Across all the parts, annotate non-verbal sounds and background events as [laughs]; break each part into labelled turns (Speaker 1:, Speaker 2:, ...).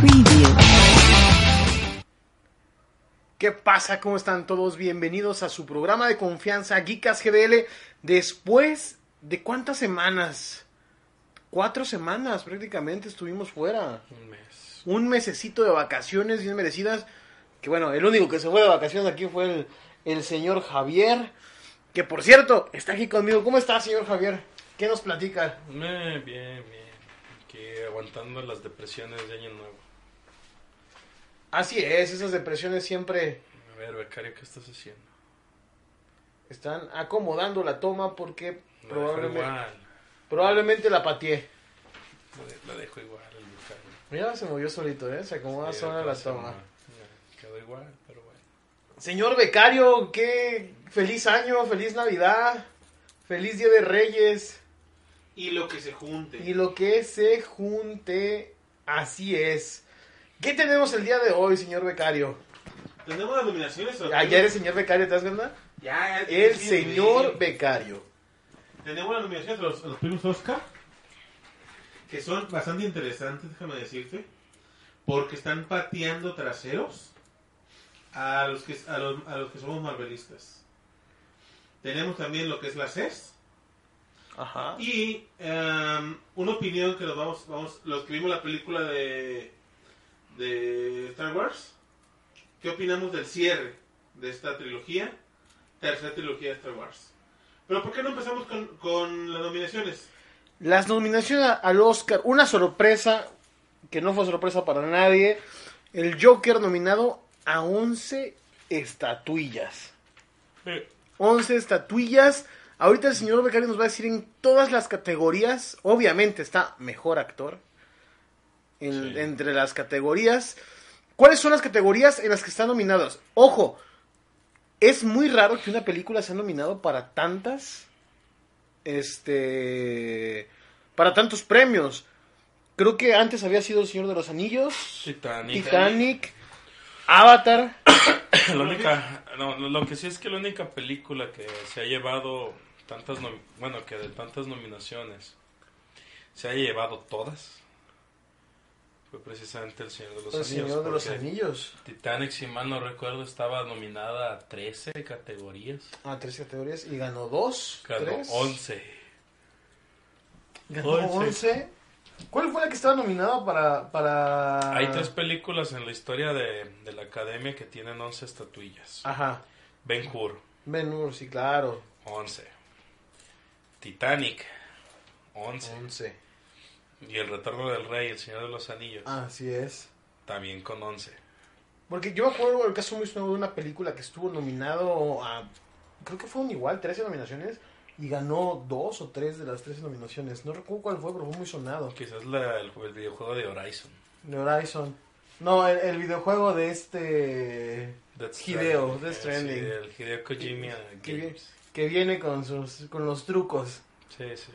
Speaker 1: Preview.
Speaker 2: ¿Qué pasa? ¿Cómo están todos? Bienvenidos a su programa de confianza Geekas GDL. Después de cuántas semanas? Cuatro semanas prácticamente estuvimos fuera.
Speaker 3: Un mes.
Speaker 2: Un mesecito de vacaciones bien merecidas. Que bueno, el único que se fue de vacaciones aquí fue el, el señor Javier. Que por cierto, está aquí conmigo. ¿Cómo está, señor Javier? ¿Qué nos platica?
Speaker 3: Eh, bien, bien. Aquí aguantando las depresiones de Año Nuevo.
Speaker 2: Así es, esas depresiones siempre
Speaker 3: A ver, becario, ¿qué estás haciendo?
Speaker 2: están acomodando la toma porque
Speaker 3: La
Speaker 2: probablemente,
Speaker 3: dejo igual.
Speaker 2: probablemente la pateé.
Speaker 3: La, de- la dejo igual, el becario.
Speaker 2: Mira, se movió solito, ¿eh? Se acomoda
Speaker 3: Sí,
Speaker 2: sola
Speaker 3: otra
Speaker 2: la toma.
Speaker 3: semana. Ya, Quedó igual, pero bueno.
Speaker 2: Señor becario, qué feliz año, feliz Navidad, feliz Día de Reyes
Speaker 4: Y lo que se junte.
Speaker 2: y lo que se junte, así es. ¿Qué tenemos el día de hoy, señor becario?
Speaker 4: Tenemos las nominaciones. ¿o?
Speaker 2: Ayer el señor becario, ¿te das cuenta?
Speaker 4: Ya, ya,
Speaker 2: El
Speaker 4: sí,
Speaker 2: señor
Speaker 4: sí.
Speaker 2: becario.
Speaker 4: Tenemos las nominaciones a los, a los premios Oscar. Que son bastante interesantes, déjame decirte. Porque están pateando traseros a los que, a los, a los que somos marvelistas. Tenemos también lo que es la CES.
Speaker 2: Ajá.
Speaker 4: Y em, una opinión que nos vamos, vamos, los que vimos la película de, de Star Wars, ¿qué opinamos del cierre de esta trilogía? Tercera trilogía de Star Wars. Pero ¿por qué no empezamos con, con las nominaciones?
Speaker 2: Las nominaciones a- al Oscar, una sorpresa, que no fue sorpresa para nadie, el Joker nominado a 11 estatuillas. 11 estatuillas. Ahorita el señor Becario nos va a decir en todas las categorías. Obviamente está mejor actor. en-
Speaker 3: Sí.
Speaker 2: Entre las categorías. ¿Cuáles son las categorías en las que están nominados? Ojo, es muy raro que una película sea nominado para tantas. Este. Para tantos premios. Creo que antes había sido El Señor de los Anillos,
Speaker 3: Titanic.
Speaker 2: Titanic, Avatar.
Speaker 3: [laughs] La única, [laughs] no, lo- lo que sí es que la única película que se ha llevado tantas, nom- bueno, que de tantas nominaciones se ha llevado todas fue precisamente El Señor de los
Speaker 2: El
Speaker 3: Anillos.
Speaker 2: Señor de los
Speaker 3: porque
Speaker 2: Anillos.
Speaker 3: Titanic, si mal no recuerdo, estaba nominada a 13 categorías.
Speaker 2: Ah, tres categorías. Y ganó dos.
Speaker 3: Ganó
Speaker 2: tres.
Speaker 3: 11.
Speaker 2: Ganó
Speaker 3: Once.
Speaker 2: 11. ¿Cuál fue la que estaba nominada para, para...
Speaker 3: Hay tres películas en la historia de, de la academia que tienen 11 estatuillas.
Speaker 2: Ajá.
Speaker 3: Ben Hur,
Speaker 2: Ben Hur, sí, claro.
Speaker 3: 11. Titanic, 11.
Speaker 2: 11. Ah.
Speaker 3: Y El Retorno del Rey, El Señor de los Anillos,
Speaker 2: Así es.
Speaker 3: también con 11.
Speaker 2: Porque yo me acuerdo el caso muy nuevo de una película que estuvo nominado a... Creo que fueron igual, 13 nominaciones. Y ganó dos o tres de las 13 nominaciones. No recuerdo cuál fue, pero fue muy sonado.
Speaker 3: Quizás la- el, el videojuego de Horizon.
Speaker 2: De Horizon. No, el, el videojuego de este...
Speaker 3: Death
Speaker 2: Hideo,
Speaker 3: Stranding. Eh,
Speaker 2: Death
Speaker 3: Sí,
Speaker 2: Stranding.
Speaker 3: el Hideo Kojima
Speaker 2: Que, vi-
Speaker 3: Games.
Speaker 2: que viene con, sus, con los trucos.
Speaker 3: Sí, sí.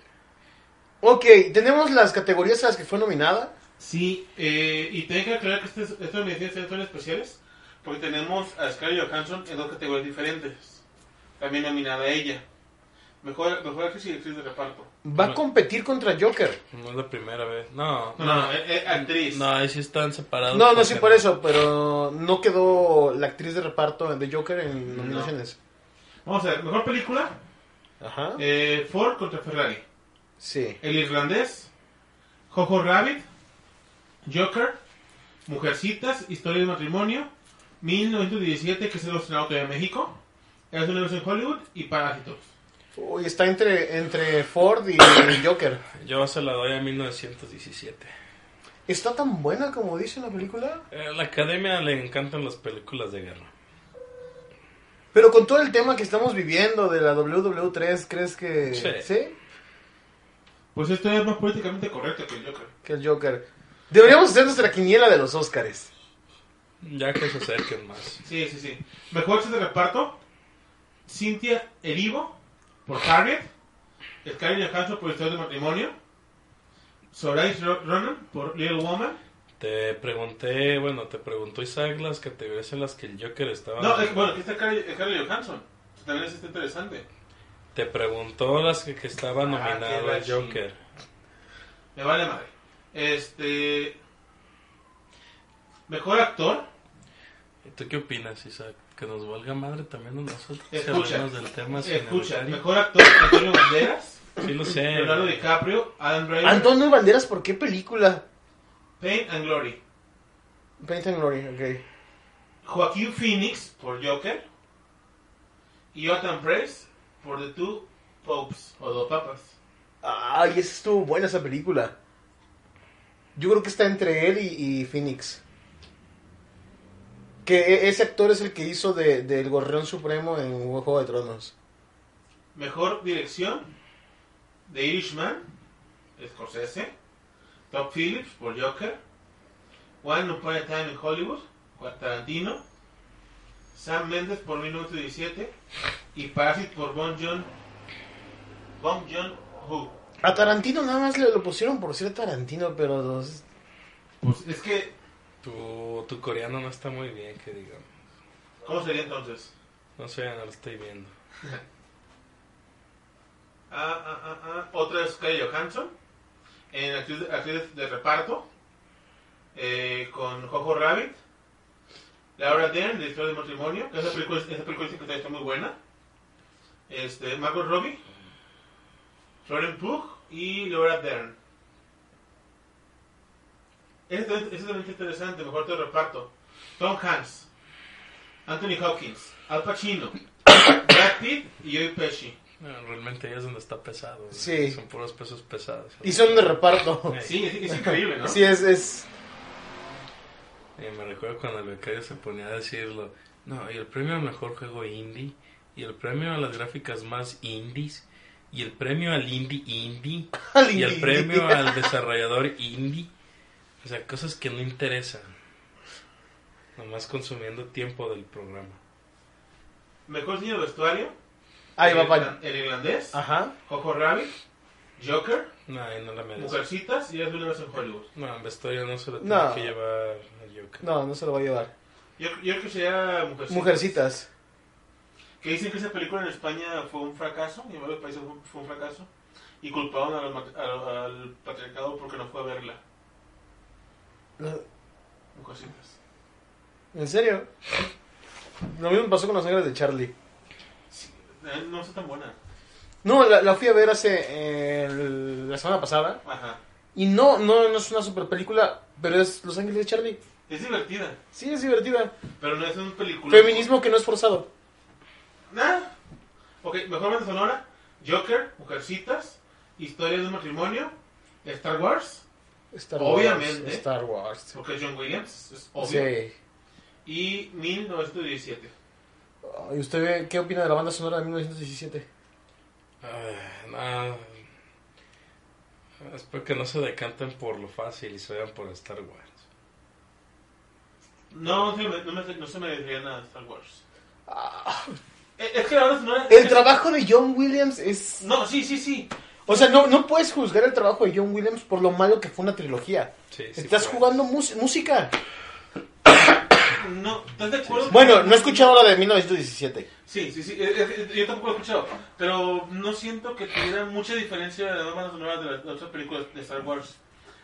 Speaker 2: Ok, tenemos las categorías a las que fue nominada.
Speaker 4: Sí, eh, y tengo que aclarar que estas estas nominaciones son especiales porque tenemos a Scarlett Johansson en dos categorías diferentes. También nominada ella. Mejor, mejor actriz y actriz de reparto.
Speaker 2: Va a competir contra Joker.
Speaker 3: No es la primera vez. No,
Speaker 4: No, no, eh, eh, actriz.
Speaker 3: No, ahí sí están separados.
Speaker 2: No, no,
Speaker 3: porque
Speaker 2: sí, por eso, pero no quedó la actriz de reparto de Joker en nominaciones.
Speaker 4: Vamos a ver, mejor película.
Speaker 2: Ajá.
Speaker 4: Eh, Ford contra Ferrari.
Speaker 2: Sí.
Speaker 4: El irlandés. Jojo Rabbit. Joker. Mujercitas. Historia de matrimonio. 1917, que es el estrenado de México. Es una versión en Hollywood. Y Parásitos.
Speaker 2: Uy, está entre, entre Ford y el Joker.
Speaker 3: Yo se la doy a 1917.
Speaker 2: ¿Está tan buena como dice en la película?
Speaker 3: A la academia le encantan las películas de guerra.
Speaker 2: Pero con todo el tema que estamos viviendo de la WW3, ¿crees que
Speaker 3: Sí.
Speaker 2: sí?
Speaker 4: Pues esto es más políticamente correcto que el Joker.
Speaker 2: Que el Joker. Deberíamos hacer nuestra quiniela de los Oscars.
Speaker 3: Ya que se acerquen más.
Speaker 4: Sí, sí, sí. Mejor actriz de reparto. Cynthia Erivo. Por Harriet. Scarlett Johansson por Historia de matrimonio. Sorais Ronan por Little Woman.
Speaker 3: Te pregunté, bueno, te preguntó Isaac las categorías en las que el Joker estaba.
Speaker 4: No, es, bueno, aquí está Scarlett Scarlett Johansson. También es interesante.
Speaker 3: Te preguntó las que, que estaba
Speaker 4: Ah,
Speaker 3: nominado
Speaker 4: qué la
Speaker 3: el Joker.
Speaker 4: Me vale madre. Este. Mejor actor.
Speaker 3: ¿Tú qué opinas, Isaac? Que nos valga madre también a nosotros. si
Speaker 4: Escucha,
Speaker 3: hablamos del tema sin
Speaker 4: Escucha,
Speaker 3: evitario.
Speaker 4: mejor actor Antonio Banderas,
Speaker 3: Sí lo sé.
Speaker 4: Leonardo
Speaker 3: güey.
Speaker 4: DiCaprio, Adam Driver,
Speaker 2: Antonio Banderas, ¿por qué película?
Speaker 4: Pain and Glory,
Speaker 2: Paint and Glory, ok.
Speaker 4: Joaquín Phoenix por Joker y Jonathan Price por The Two Popes o Dos Papas.
Speaker 2: Ay, esa estuvo buena esa película. Yo creo que está entre él y, y Phoenix. Que e- ese actor es el que hizo de, del Gorrión Supremo en Juego de Tronos.
Speaker 4: Mejor dirección The Irishman, Scorsese, Top Phillips por Joker, One Upon a Time in Hollywood, por Tarantino, Sam Mendes por 1917 y Parasite por Bon John Bon John Who.
Speaker 2: A Tarantino nada más le lo pusieron por ser Tarantino, pero los-
Speaker 4: Pues es que,
Speaker 3: Tu, tu coreano no está muy bien, que digamos.
Speaker 4: ¿cómo sería entonces?
Speaker 3: No sé, no lo estoy viendo.
Speaker 4: Ah, ah, ah, ah. Otra es Scarlett Johansson, en actriz, actriz de reparto, eh, con Jojo Rabbit. Laura Dern, de Historia de Matrimonio, que esa película, esa película dicen que está- está muy buena. Este, Margot Robbie, Florence Pugh y Laura Dern. Ese también- ese Este también está interesante, mejor te reparto. Tom Hanks, Anthony Hopkins, Al Pacino, [coughs] Brad Pitt y Joey Pesci.
Speaker 3: No, realmente ahí es donde está pesado. güey.
Speaker 2: Sí.
Speaker 3: Son puros pesos pesados.
Speaker 2: y son de
Speaker 3: [laughs]
Speaker 2: reparto.
Speaker 3: Sí.
Speaker 4: Sí, es, es increíble,
Speaker 2: [laughs]
Speaker 4: ¿no?
Speaker 2: Sí, es, es...
Speaker 3: Eh, me recuerdo cuando el becario se ponía a decirlo. No, y el premio al mejor juego indie. Y el premio a las gráficas más indies. Y el premio al indie indie.
Speaker 2: al
Speaker 3: Y el
Speaker 2: indie. [laughs]
Speaker 3: premio al desarrollador indie. O sea, cosas que no interesan. Nomás consumiendo tiempo del programa.
Speaker 4: Mejor diseño de vestuario.
Speaker 2: Ahí
Speaker 4: el,
Speaker 2: va para...
Speaker 4: el irlandés.
Speaker 2: Ajá.
Speaker 4: Jojo Rabbit. Joker.
Speaker 3: No, ahí no la merece.
Speaker 4: Mujercitas y es una vez en Hollywood.
Speaker 3: No, en vestuario no se lo tiene
Speaker 2: No.
Speaker 3: que llevar a Joker.
Speaker 2: No, no se lo va a llevar.
Speaker 4: Yo, yo creo que sería Mujercitas.
Speaker 2: Mujercitas.
Speaker 4: Que dicen que esa película en España fue un fracaso. Y en varios países fue un, fue un fracaso. Y culparon a los mat- a lo- al patriarcado porque no fue a verla. Mujercitas.
Speaker 2: ¿En serio? Lo mismo pasó con las negras de Charlie.
Speaker 4: Sí, eh, no está tan buena.
Speaker 2: No, la, la fui a ver hace eh, el- la semana pasada.
Speaker 4: Ajá.
Speaker 2: Y no, no, no es una super película, pero es Los Ángeles de Charlie.
Speaker 4: Es divertida.
Speaker 2: Sí, es divertida.
Speaker 4: Pero no es un película.
Speaker 2: Feminismo que no es forzado.
Speaker 4: Nada. Ok, mejor banda sonora. Joker, Mujercitas, Historias de un matrimonio, Star Wars,
Speaker 2: Star
Speaker 4: Obviamente.
Speaker 2: Wars, Star Wars.
Speaker 4: porque John Williams, es obvio.
Speaker 2: Sí.
Speaker 4: Y 1917.
Speaker 2: ¿Y usted ve- qué opina de la banda sonora de 1917?
Speaker 3: Ah, no. Espero que no se decanten por lo fácil y se vayan por Star Wars.
Speaker 4: No, no, se me- no, me- no se me diría nada Star Wars.
Speaker 2: Ah,
Speaker 4: Eh, Es que la banda sonora...
Speaker 2: el trabajo de John Williams es...
Speaker 4: No, sí, sí, sí.
Speaker 2: O sea, no, no puedes juzgar el trabajo de John Williams por lo malo que fue una trilogía.
Speaker 3: Sí, sí
Speaker 2: Estás
Speaker 3: fue.
Speaker 2: jugando mus- música.
Speaker 4: No, ¿estás de acuerdo?
Speaker 2: Bueno, no he escuchado la de 1917.
Speaker 4: Sí, sí, sí. eh, eh, yo tampoco lo he escuchado. Pero no siento que tuviera mucha diferencia de las bandas sonoras de las otras películas de Star Wars.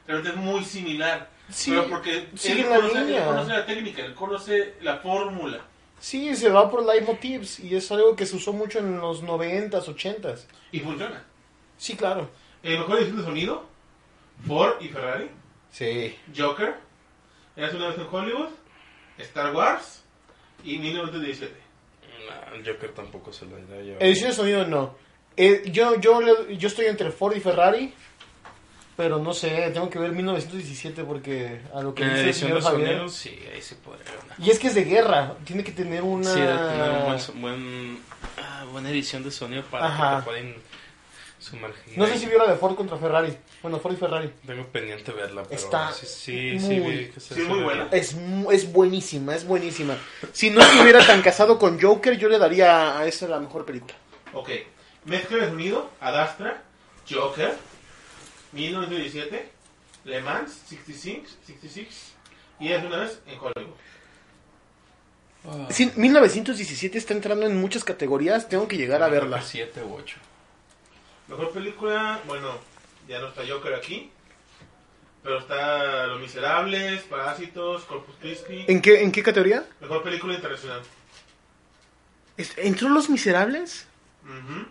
Speaker 4: Realmente es muy similar.
Speaker 2: Sí,
Speaker 4: pero porque
Speaker 2: sigue
Speaker 4: él,
Speaker 2: la
Speaker 4: conoce,
Speaker 2: línea.
Speaker 4: él conoce la técnica, él conoce la fórmula.
Speaker 2: Sí, se va por leitmotivs y es algo que se usó mucho en los 90s, 80s.
Speaker 4: Y funciona.
Speaker 2: Sí, claro.
Speaker 4: El mejor edición de sonido, Ford y Ferrari,
Speaker 2: Sí.
Speaker 4: Joker, Eras una vez en Hollywood, Star Wars y 1917.
Speaker 3: No, el Joker tampoco se lo irá llevar.
Speaker 2: Edición de sonido no. Eh, yo, yo, le- yo estoy entre Ford y Ferrari, pero no sé, tengo que ver 1917 porque a lo que
Speaker 3: Eh,
Speaker 2: dice el
Speaker 3: edición de
Speaker 2: señor Javier.
Speaker 3: sonido, sí, ahí sí podría ganar.
Speaker 2: Y es que es de guerra, tiene que tener una...
Speaker 3: Sí, de tener un buen, so- buen- ah, buena edición de sonido para
Speaker 2: Ajá.
Speaker 3: que te puedan sumergir.
Speaker 2: No
Speaker 3: ahí.
Speaker 2: sé si vio la de Ford contra Ferrari. Bueno, Ford y Ferrari.
Speaker 3: Tengo pendiente verla, pero
Speaker 2: Está
Speaker 3: sí, sí, sí,
Speaker 2: muy-
Speaker 3: vi que se
Speaker 4: sí, muy
Speaker 3: se-
Speaker 4: buena.
Speaker 2: Es, mu- es buenísima, es buenísima. Si no estuviera tan casado con Joker, yo le daría a esa la mejor película.
Speaker 4: Ok, mezcla de sonido, Adastra, Joker, 1917, Le Mans, 66, 66 y Eras una vez en Hollywood.
Speaker 3: Ah,
Speaker 2: Sí, 1917 está entrando en muchas categorías, tengo que llegar a verla.
Speaker 3: Siete u ocho.
Speaker 4: Mejor película, bueno, ya no está Joker aquí. Pero está Los Miserables, Parásitos, Corpus Christi.
Speaker 2: ¿En qué, en qué categoría?
Speaker 4: Mejor película internacional.
Speaker 2: ¿Est- ¿Entró Los Miserables?
Speaker 4: Ujú.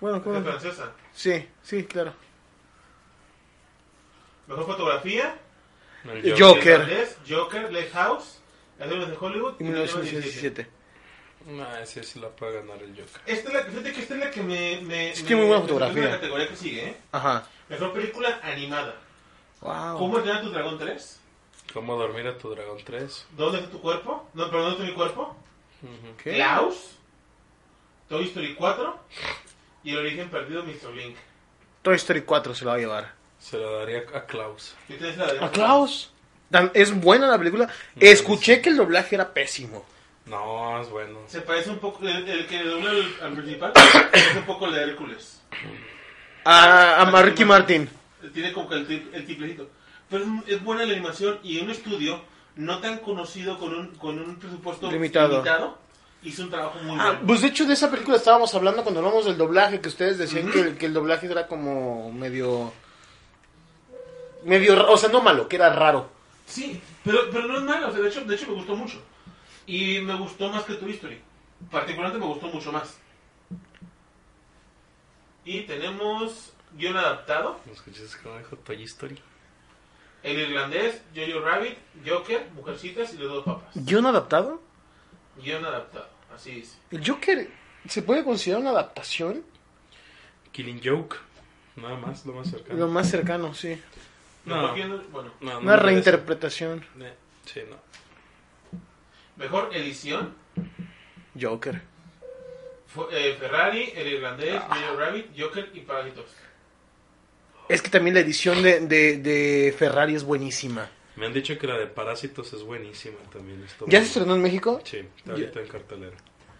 Speaker 2: Bueno,
Speaker 4: Es de
Speaker 2: ¿cómo?
Speaker 4: francesa.
Speaker 2: Sí, sí, claro.
Speaker 4: Mejor fotografía.
Speaker 3: El
Speaker 2: Yo-
Speaker 3: Joker.
Speaker 2: Joker.
Speaker 4: irlandés, Joker, Lighthouse, Las Vegas de Hollywood.
Speaker 2: En
Speaker 4: 1917.
Speaker 2: 1917.
Speaker 3: No, ese sí la puede ganar el Joker.
Speaker 4: Esta es la, fíjate que esta es la que me... me
Speaker 2: Es
Speaker 4: me-
Speaker 2: que muy buena
Speaker 4: me sorprende
Speaker 2: fotografía.
Speaker 4: La categoría que sigue, ¿eh?
Speaker 2: Ajá.
Speaker 4: Mejor película animada.
Speaker 2: Wow.
Speaker 4: ¿Cómo entrenar a tu dragón 3?
Speaker 3: ¿Cómo dormir a tu dragón 3?
Speaker 4: ¿Dónde está tu cuerpo? No, perdón, ¿dónde está mi cuerpo?
Speaker 3: Ujú.
Speaker 2: ¿Qué?
Speaker 4: Klaus, Toy Story 4 y El origen perdido de Mr. Link.
Speaker 2: Toy Story 4 se la va a llevar.
Speaker 3: Se lo daría a Klaus.
Speaker 4: ¿Qué tienes la de-
Speaker 2: ¿A Klaus? Dan- Es buena la película. Escuché que el doblaje era pésimo.
Speaker 3: No, es bueno.
Speaker 4: Se parece un poco, el, el que dobla al, al principal, se parece un poco al de Hércules.
Speaker 2: A, a Ricky Martin.
Speaker 4: Tiene como que el, tri- el triplecito. Pero es, es buena la animación y un estudio no tan conocido con un, con un presupuesto
Speaker 2: Limitado.
Speaker 4: hizo un trabajo muy
Speaker 2: Ah,
Speaker 4: bueno.
Speaker 2: pues de hecho de esa película estábamos hablando cuando hablamos del doblaje, que ustedes decían que, el, que el doblaje era como medio... Medio, ra- o sea, no malo, que era raro.
Speaker 4: Sí, pero, pero no es malo, o sea, de, hecho, de hecho me gustó mucho. Y me gustó más que tu History. Particularmente me gustó mucho más. Y tenemos guión adaptado,
Speaker 3: ¿Me escuchaste cómo dijo Toy Story?
Speaker 4: El Irlandés, Jojo Rabbit, Joker, Mujercitas y Los Dos Papas.
Speaker 2: ¿Guión adaptado?
Speaker 4: Guión adaptado, así es.
Speaker 2: ¿El Joker se puede considerar una adaptación?
Speaker 3: Killing Joke. Nada más, lo más
Speaker 2: Lo
Speaker 3: cercano.
Speaker 2: más cercano, sí.
Speaker 3: No.
Speaker 4: Mejor guion- bueno,
Speaker 3: No, no
Speaker 2: Una
Speaker 3: merece.
Speaker 2: reinterpretación.
Speaker 3: Eh, Sí, no.
Speaker 4: mejor edición,
Speaker 2: Joker.
Speaker 4: Fu- eh, Ferrari, El Irlandés, Jojo Rabbit, Joker y Parásitos.
Speaker 2: Es que también la edición de, de- de Ferrari es buenísima.
Speaker 3: Me han dicho que la de Parásitos es buenísima también. esto
Speaker 2: ¿Ya se estrenó en México?
Speaker 3: Sí, está ahorita en cartelera.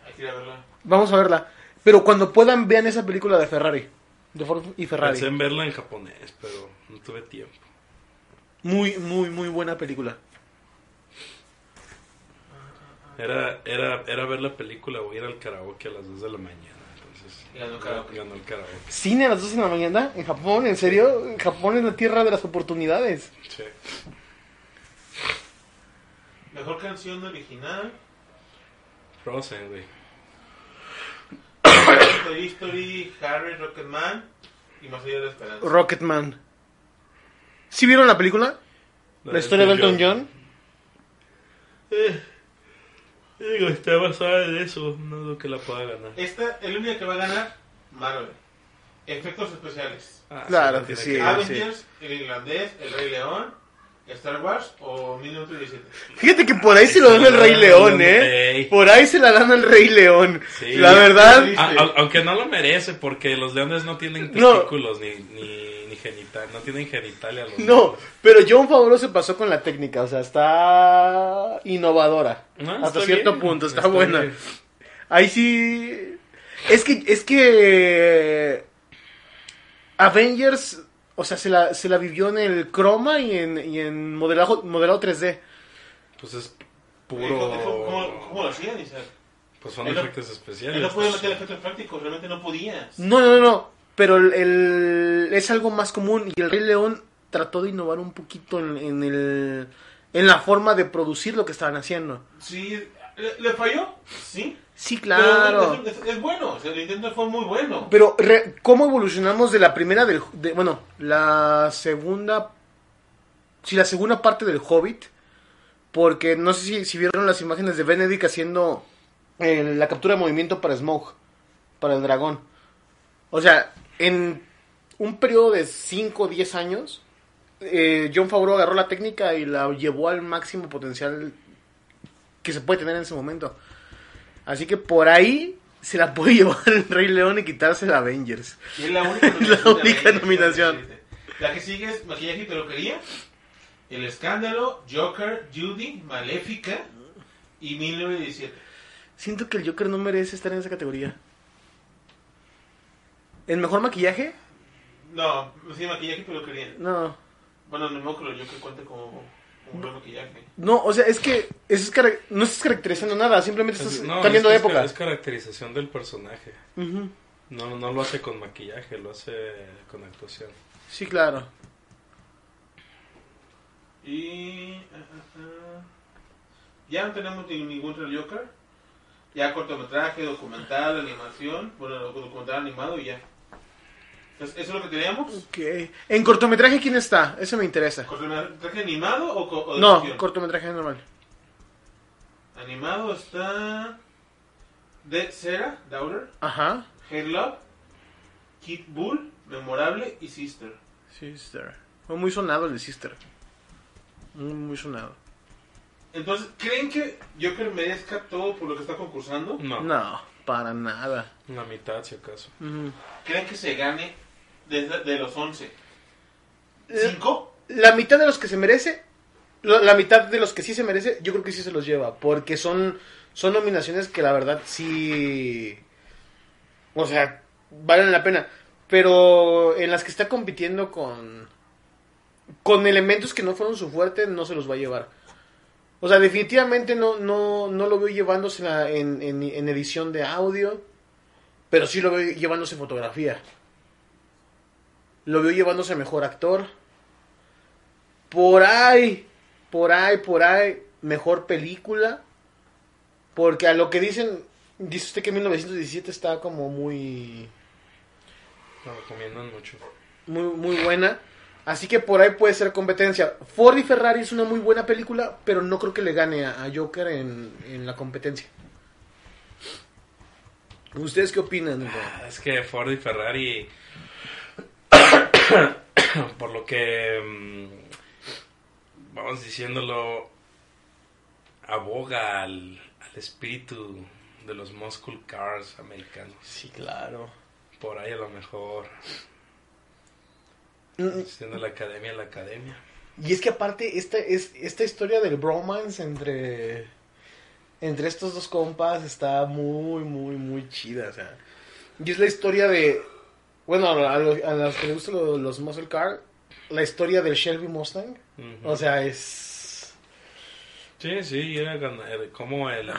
Speaker 4: Hay que ir a verla.
Speaker 2: Vamos a verla. Pero cuando puedan, vean esa película de Ferrari. De Ford y Ferrari.
Speaker 3: Pensé en verla en japonés, pero no tuve tiempo.
Speaker 2: Muy, muy, muy buena película.
Speaker 3: Era, era, era ver la película o ir al karaoke a las 2 de la mañana. Entonces,
Speaker 4: Ganó el karaoke.
Speaker 3: Ganó el karaoke,
Speaker 2: Cine a las 12 de la mañana en Japón, en serio. Japón es la tierra de las oportunidades.
Speaker 3: sí.
Speaker 4: Mejor canción original, [coughs]
Speaker 3: Frozen, güey.
Speaker 4: Toy Story, Harry, Rocketman y Más allá de la esperanza.
Speaker 2: Rocketman. ¿Sí vieron la película? La, historia de Elton John.
Speaker 3: Eh, digo, está basada en eso. No dudo que la pueda ganar.
Speaker 4: Esta es la única que va a ganar Marvel. Efectos especiales.
Speaker 3: Ah,
Speaker 2: Claro
Speaker 3: la
Speaker 2: que
Speaker 3: tiene
Speaker 2: sí. Ah,
Speaker 4: Avengers, El Irlandés, El Rey León, Star Wars o 1917.
Speaker 2: Fíjate que por ahí se lo dan al Rey León, ¿eh?
Speaker 3: Ah, Ey.
Speaker 2: Por ahí se la dan al Rey León.
Speaker 3: Sí.
Speaker 2: La verdad.
Speaker 4: Sí.
Speaker 3: Ah, au- aunque no lo merece, porque los leones no tienen
Speaker 2: este. No.
Speaker 3: testículos ni, ni, ni genital. No tienen genitalia los
Speaker 2: No,
Speaker 3: leones.
Speaker 2: pero John Favreau se pasó con la técnica, o sea, está innovadora.
Speaker 3: No,
Speaker 2: hasta
Speaker 3: Ah, está
Speaker 2: cierto
Speaker 3: bien,
Speaker 2: punto, está,
Speaker 3: está
Speaker 2: buena.
Speaker 3: bien.
Speaker 2: Ahí sí. Es que, es que. eh, Avengers, o sea, se la, se la vivió en el croma y en, y en modelado, modelado 3D.
Speaker 3: Pues es
Speaker 4: Eso- eso, ¿Cómo, cómo lo
Speaker 3: puro.
Speaker 4: hacían, Isaac?
Speaker 3: Pues son
Speaker 4: Él no-
Speaker 3: efectos especiales. Pues,
Speaker 4: Él no podía meter
Speaker 3: Entonces,
Speaker 4: efectos prácticos, realmente no podías.
Speaker 2: No, no, no, no, Pero el, el- es algo más común y el Rey León trató de innovar un poquito en, en el, en la forma de producir lo que estaban haciendo.
Speaker 4: Sí, ¿le, le falló? Sí.
Speaker 2: Sí,
Speaker 4: Pero
Speaker 2: claro.
Speaker 4: es, es- es bueno, o sea, el intento fue muy bueno.
Speaker 2: Pero, re- ¿cómo evolucionamos de la primera del... de- bueno, la segunda... Sí, la segunda parte del Hobbit. Porque no sé si, si vieron las imágenes de Benedict haciendo eh, la captura de movimiento para Smoke, para el dragón. O sea, en un periodo de 5 o 10 años, eh, John Favreau agarró la técnica y la llevó al máximo potencial que se puede tener en ese momento. Así que por ahí se la puede [laughs] llevar el Rey León y quitarse el Avengers.
Speaker 4: Y es la
Speaker 2: [laughs]
Speaker 4: única nominación.
Speaker 2: La
Speaker 4: de
Speaker 2: única
Speaker 4: Avengers,
Speaker 2: nominación.
Speaker 4: realmente. La que sigue es Maquillaje y Peluquería, El Escándalo, Joker, Judy, Maléfica y 1917.
Speaker 2: Siento que el Joker no merece estar en esa categoría. ¿El mejor maquillaje?
Speaker 4: No, sí, Maquillaje y Peluquería.
Speaker 2: No.
Speaker 4: Bueno, no me creo yo que cuente como como un buen maquillaje.
Speaker 2: No, o sea, es que eso es cara- no estás caracterizando nada, simplemente estás
Speaker 3: no,
Speaker 2: cambiando de
Speaker 3: es que es ca-
Speaker 2: época.
Speaker 3: Es caracterización del personaje.
Speaker 2: Ujú.
Speaker 3: No, no lo hace con maquillaje, lo hace con actuación.
Speaker 2: Sí, claro.
Speaker 4: Y. ah, ah, ah. Ya no tenemos ni- ningún real Joker. Ya cortometraje, documental, animación. Bueno, lo- documental animado y ya. Entonces, ¿eso es lo que teníamos?
Speaker 2: Ok. ¿En cortometraje quién está? Eso me interesa.
Speaker 4: ¿Cortometraje animado o, co- o de
Speaker 2: No,
Speaker 4: ficción?
Speaker 2: cortometraje normal.
Speaker 4: Animado está. Dead Sarah, Daughter,
Speaker 2: Ajá.
Speaker 4: Hate Love, Kid Bull, Memorable y Sister.
Speaker 2: Sister. Fue muy sonado el de Sister. Muy, muy sonado.
Speaker 4: Entonces, ¿creen que Joker merezca todo por lo que está concursando?
Speaker 3: No,
Speaker 2: No, para nada.
Speaker 3: la mitad si acaso.
Speaker 2: Ujú.
Speaker 4: ¿Creen que se gane de, de los 11? ¿Cinco?
Speaker 2: La mitad de los que se merece, la la mitad de los que sí se merece, yo creo que sí se los lleva. Porque son, son nominaciones que la verdad sí. O sea, valen la pena. Pero en las que está compitiendo con. Con elementos que no fueron su fuerte, no se los va a llevar. O sea, definitivamente no, no, no lo veo llevándose la- en, en- en edición de audio. Pero sí lo veo llevándose en fotografía. Lo veo llevándose a mejor actor. Por ahí, por ahí, por ahí, mejor película. Porque a lo que dicen, dice usted que 1917 está como muy,
Speaker 3: No recomiendan mucho.
Speaker 2: muy, muy buena. Así que por ahí puede ser competencia. Ford y Ferrari es una muy buena película, pero no creo que le gane a, a Joker en, en la competencia. ¿Ustedes qué opinan? güey?
Speaker 3: Ah, Es que Ford y Ferrari, [coughs] por lo que mm, vamos diciéndolo, aboga al, al espíritu de los muscle cars americanos.
Speaker 2: Sí, claro.
Speaker 3: Por ahí a lo mejor,
Speaker 2: Mm,
Speaker 3: siendo la academia la academia.
Speaker 2: Y es que aparte, esta, es, esta historia del bromance entre, entre estos dos compas está muy, muy, muy chida. O sea. Y es la historia de, bueno, a, lo- a los que les gustan lo- los, muscle car, la historia del Shelby Mustang.
Speaker 3: Ujú.
Speaker 2: O sea, es...
Speaker 3: sí, sí, era gana- era como el,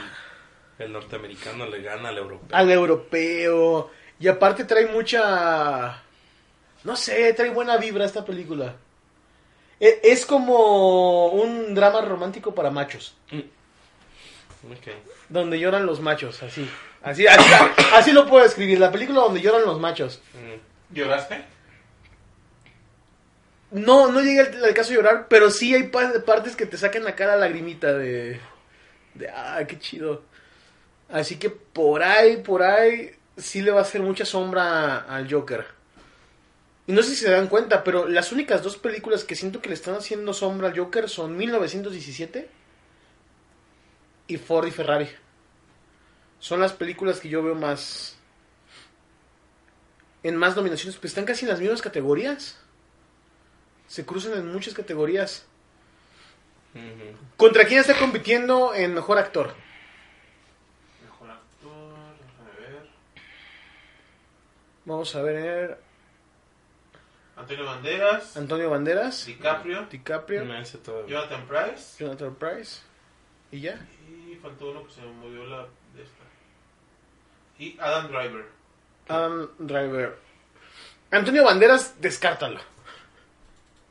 Speaker 3: el norteamericano le gana al europeo.
Speaker 2: al europeo. Y aparte trae mucha... No sé, trae buena vibra esta película. E- Es como un drama romántico para machos.
Speaker 3: Ok.
Speaker 2: Donde lloran los machos, así. Así, [coughs] así, así lo puedo escribir, la película donde lloran los machos.
Speaker 3: Mm.
Speaker 4: ¿Lloraste?
Speaker 2: No, no llega el, el caso de llorar, pero sí hay pa- partes que te sacan la cara lagrimita de... De, ah, qué chido. Así que por ahí, por ahí, sí le va a hacer mucha sombra al Joker. Y no sé si se dan cuenta, pero las únicas dos películas que siento que le están haciendo sombra al Joker son 1917 y Ford y Ferrari. Son las películas que yo veo más... En más nominaciones, pues están casi en las mismas categorías. Se cruzan en muchas categorías.
Speaker 3: Ujú.
Speaker 2: ¿Contra quién está compitiendo en mejor actor?
Speaker 4: Mejor actor, déjame ver.
Speaker 2: Vamos a ver.
Speaker 4: Antonio Banderas,
Speaker 2: Antonio Banderas.
Speaker 4: DiCaprio,
Speaker 2: DiCaprio.
Speaker 3: No, ese todavía.
Speaker 4: Jonathan Price.
Speaker 2: Jonathan Price. ¿Y ya?
Speaker 4: Y faltó uno que se me movió la de esta. Y Adam Driver.
Speaker 2: Adam Driver. Antonio Banderas, descártalo.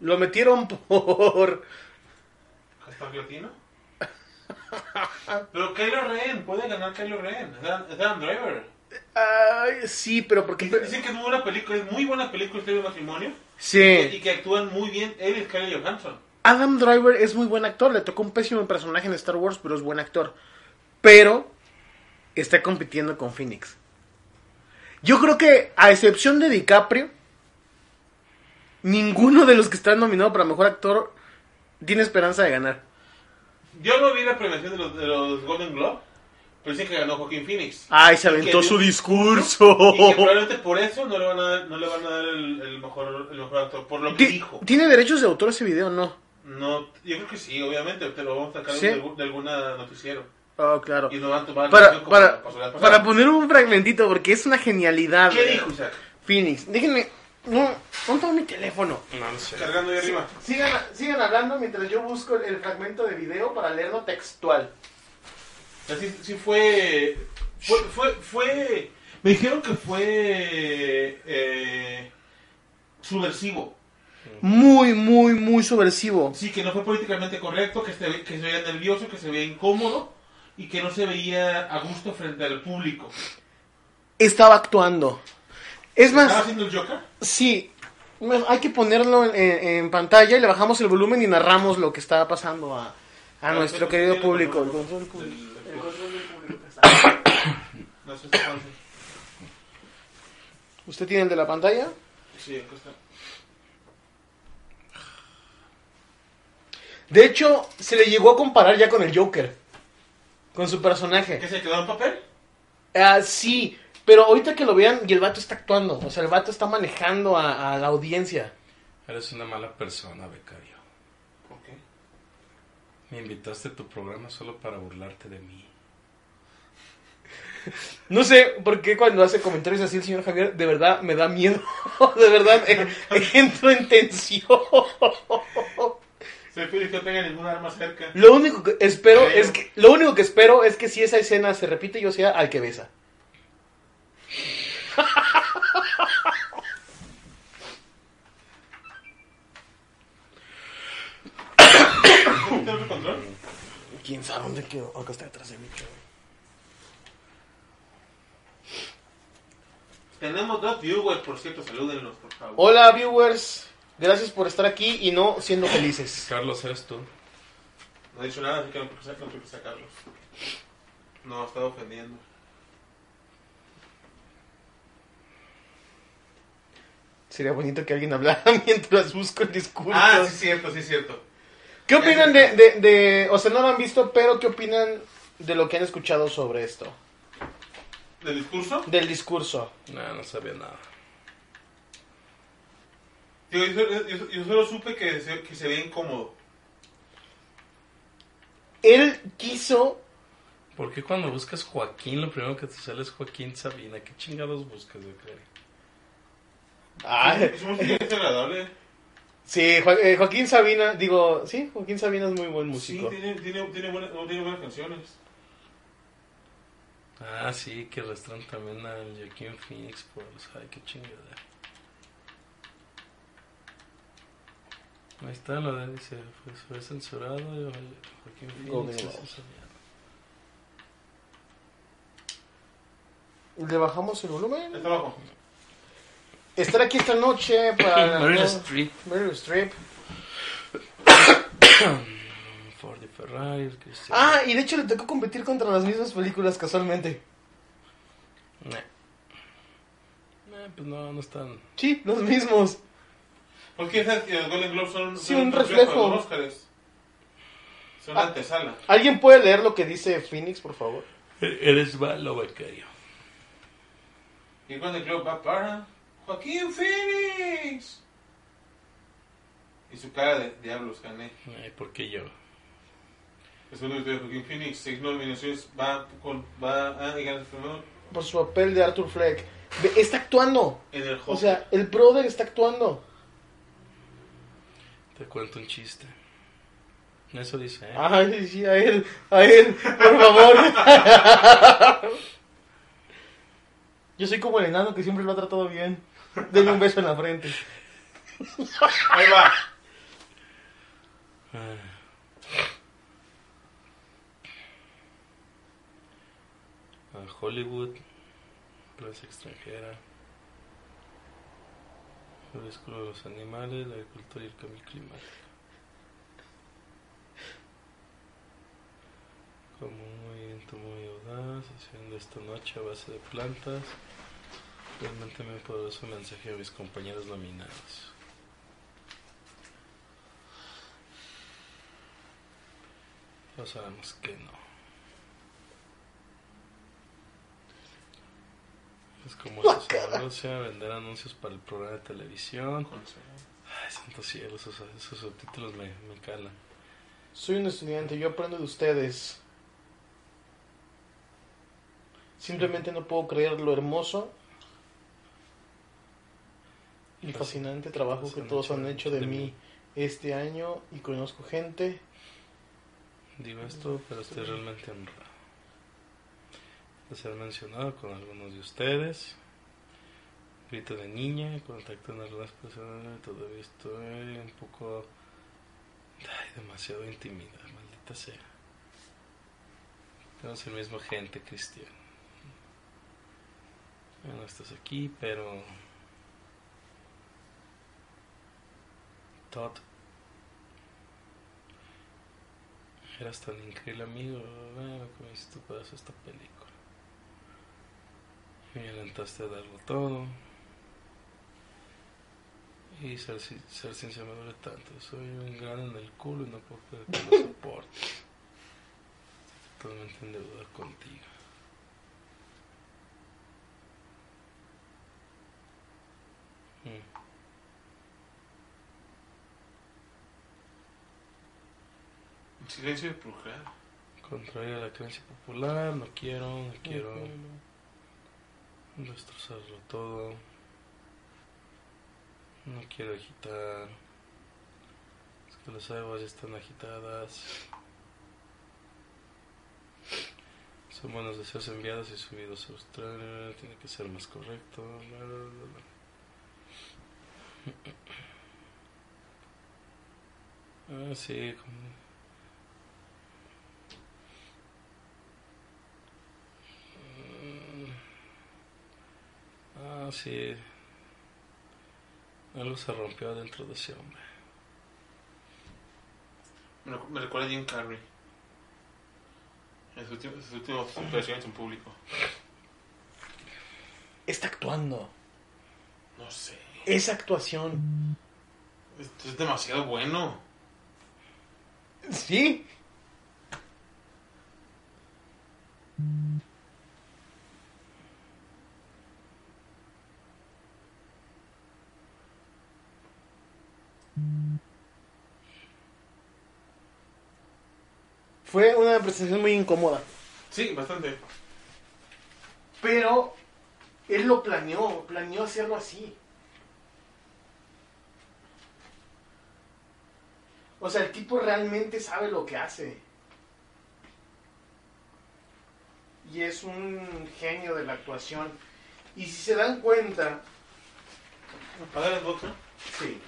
Speaker 2: Lo metieron [laughs] por...
Speaker 4: Hashtag latino. Pero Kylo Ren, puede ganar Kylo Ren. Es Adam, es Adam Driver.
Speaker 2: Ay, sí, pero porque...
Speaker 4: Dicen que es muy buena película, es muy buena película este de matrimonio. Y
Speaker 2: Sí.
Speaker 4: que actúan muy bien él y Scarlett Johansson.
Speaker 2: Adam Driver es muy buen actor. Le tocó un pésimo personaje en Star Wars, pero es buen actor. Pero está compitiendo con Phoenix. Yo creo que, a excepción de DiCaprio, ninguno de los que están nominados para mejor actor tiene esperanza de ganar.
Speaker 4: Yo no vi la premiación de los, de los Golden Globe, pero dicen que ganó Joaquín Phoenix.
Speaker 2: Ay, se
Speaker 4: aventó
Speaker 2: aventó
Speaker 4: su
Speaker 2: su discurso.
Speaker 4: Y que probablemente por eso no le van a dar, no le van a dar el, el mejor, el mejor actor, por lo que dijo.
Speaker 2: ¿Tiene derechos de autor ese video no?
Speaker 4: No, yo creo que sí, obviamente, te lo vamos a sacar
Speaker 2: ¿Sí?
Speaker 4: de, algún- de alguna noticiero.
Speaker 2: Oh, claro.
Speaker 4: Y no van a tomar
Speaker 2: Para,
Speaker 4: decisión como
Speaker 2: para,
Speaker 4: pasó la vez
Speaker 2: para
Speaker 4: pasada.
Speaker 2: poner un fragmentito, porque es una genialidad.
Speaker 4: ¿Qué dijo Isaac?
Speaker 2: Phoenix, déjenme... No, ¿dónde está mi teléfono?
Speaker 3: No, no sé.
Speaker 4: Cargando ahí arriba.
Speaker 2: Sigan, sigan hablando mientras yo busco el, el fragmento de video para leerlo textual.
Speaker 4: O sea, sí, sí fue, fue, fue, fue- Me dijeron que fue eh, subversivo.
Speaker 2: muy, muy, muy subversivo.
Speaker 4: Sí, que no fue políticamente correcto, que se, que se veía nervioso, que se veía incómodo y que no se veía a gusto frente al público.
Speaker 2: Estaba actuando. Es
Speaker 4: ¿Estaba
Speaker 2: más,
Speaker 4: haciendo el Joker?
Speaker 2: sí, me- hay que ponerlo en, en- en pantalla y le bajamos el volumen y narramos lo que estaba pasando a, a
Speaker 4: Ah,
Speaker 2: nuestro querido público. El control del público.
Speaker 4: El-
Speaker 1: El
Speaker 4: el-
Speaker 1: control del público
Speaker 4: [coughs]
Speaker 1: está.
Speaker 4: No sé si pasa.
Speaker 2: ¿Usted tiene el de la pantalla?
Speaker 4: Sí, acá está.
Speaker 2: De hecho, se le llegó a comparar ya con el Joker, con su personaje.
Speaker 4: ¿Qué se quedó en papel?
Speaker 2: Ah, sí, pero ahorita que lo vean, y el vato está actuando. O sea, el vato está manejando a, a la audiencia.
Speaker 3: Eres una mala persona, becario.
Speaker 4: Ok.
Speaker 3: Me invitaste a tu programa solo para burlarte de mí.
Speaker 2: No sé por qué cuando hace comentarios así el señor Javier, de verdad me da miedo. [laughs] De verdad, eh, entro en tensión.
Speaker 4: Se pide que no tenga ningún arma cerca.
Speaker 2: Lo único que espero es que, lo único que espero es que si esa escena se repite, yo sea al que besa.
Speaker 4: ¿Cómo tengo el control?
Speaker 2: ¿Quién sabe dónde quedó? Acá está detrás de mí. chavo.
Speaker 4: Tenemos dos viewers, por cierto, salúdenlos, por favor.
Speaker 2: Hola, viewers. Gracias por estar aquí y no siendo felices.
Speaker 3: Carlos, eres tú.
Speaker 4: No ha dicho nada, así que no tengo que sac- no tengo que sacarlos. No, estaba ofendiendo.
Speaker 2: Sería bonito que alguien hablara [laughs] mientras busco el discurso.
Speaker 4: Ah, sí, cierto, sí, cierto.
Speaker 2: ¿Qué opinan de, de, de- o sea, no lo han visto, pero qué opinan de lo que han escuchado sobre esto?
Speaker 4: ¿Del discurso?
Speaker 2: Del discurso.
Speaker 3: No, no sabía nada.
Speaker 4: Digo, yo, solo- yo- yo solo supe que se, que se veía incómodo.
Speaker 2: Él quiso,
Speaker 3: ¿Por qué cuando buscas Joaquín, lo primero que te sale es Joaquín Sabina? ¿Qué chingados buscas, becario?
Speaker 2: Ay, Ah.
Speaker 4: Es un música desagradable.
Speaker 2: sí, Jo- eh, Joaquín Sabina, digo, sí, Joaquín Sabina es muy buen músico.
Speaker 4: Sí, tiene, tiene, tiene, buena- no, tiene buenas canciones.
Speaker 3: Ah, sí, que arrastran también al Joaquín Phoenix por los... Ay, qué chingadera. Ahí está, lo de, dice, pues, fue censurado y el Joaquín
Speaker 2: Ok,
Speaker 3: Phoenix. es
Speaker 2: vamos.
Speaker 3: censurado.
Speaker 2: ¿Le bajamos el volumen?
Speaker 4: Está abajo.
Speaker 2: Estar aquí esta noche
Speaker 4: [laughs]
Speaker 2: para...
Speaker 3: Ah, Meryl Streep.
Speaker 2: Meryl Streep.
Speaker 3: Ford y Ferrari, el Cristiano.
Speaker 2: Ah, y de hecho le tocó competir contra las mismas películas casualmente.
Speaker 3: Nah. Nah, pues no, no están.
Speaker 2: Sí, los mismos.
Speaker 4: ¿Por qué sabes que los Golden Globes son,
Speaker 2: Sí,
Speaker 4: son
Speaker 2: un reflejo.
Speaker 4: de los Oscars? Son
Speaker 2: Ah.
Speaker 4: antesala.
Speaker 2: ¿Alguien puede leer lo que dice Phoenix, por favor?
Speaker 3: E- Eres malo, becario.
Speaker 4: Y el Golden Globe va para Joaquín Phoenix. Y su cara de diablos gané.
Speaker 3: Ay, ¿por qué yo?
Speaker 4: Es un director de Joaquín Phoenix. Seis nominaciones. Va, con, va a ganar el premio
Speaker 2: Por su papel de Arthur Fleck. Ve, Está actuando.
Speaker 4: en el Joker.
Speaker 2: O sea, el brother está actuando.
Speaker 3: Te cuento un chiste. Eso dice, ¿eh?
Speaker 2: Ay, sí, a él, a él, por favor. [laughs] Yo soy como el enano que siempre lo ha tratado bien. Denle un beso en la frente.
Speaker 4: Ahí va.
Speaker 3: Ah. A Hollywood, prensa extranjera, el escudo de los animales, la agricultura y el cambio climático. Como un movimiento muy audaz, haciendo esta noche a base de plantas, realmente me poderoso mensaje a mis compañeros nominados. Lo sabemos que no. Es como si se negocia vender anuncios para el programa de televisión. Ay, santo cielo, esos, esos subtítulos me, me calan.
Speaker 2: Soy un estudiante, yo aprendo de ustedes. Simplemente no puedo creer lo hermoso y fascinante trabajo que todos han hecho de mí este año y conozco gente.
Speaker 3: Digo esto, pero estoy realmente honrado de ser mencionado con algunos de ustedes. espíritu de niña, contactan a las personas, todo esto es un poco... Ay, demasiado intimida, maldita sea. Tenemos el mismo gente, Cristian. Ya no estás aquí, pero... Todd. Eras tan increíble amigo, ¿verdad? Lo que me hiciste para hacer esta película. Me alentaste a darlo todo. Y ser, sin- ser sincero me duele tanto. Soy un grano en el culo y no puedo creer que lo soporte. Estoy totalmente en deuda contigo. Mm.
Speaker 4: Silencio sepulcral.
Speaker 3: Contrario a la creencia popular, no quiero, no quiero destrozarlo todo. No quiero agitar. Es que las aguas ya están agitadas. Son buenos deseos enviados y subidos a Australia. Tiene que ser más correcto. bla, bla, bla, bla. Ah, sí, como Ah, sí. Algo se rompió dentro de ese hombre.
Speaker 4: Me, recu- me recuerda a Jim Carrey. En sus últim- sus últimas operaciones en público.
Speaker 2: Está actuando.
Speaker 4: No sé.
Speaker 2: Esa actuación.
Speaker 4: Esto es demasiado bueno.
Speaker 2: Sí. Fue una presentación muy incómoda.
Speaker 4: Sí, bastante.
Speaker 2: Pero él lo planeó, planeó hacerlo así. O sea, el tipo realmente sabe lo que hace. Y es un genio de la actuación. Y si se dan cuenta,
Speaker 4: Apaga las botas.
Speaker 2: Sí.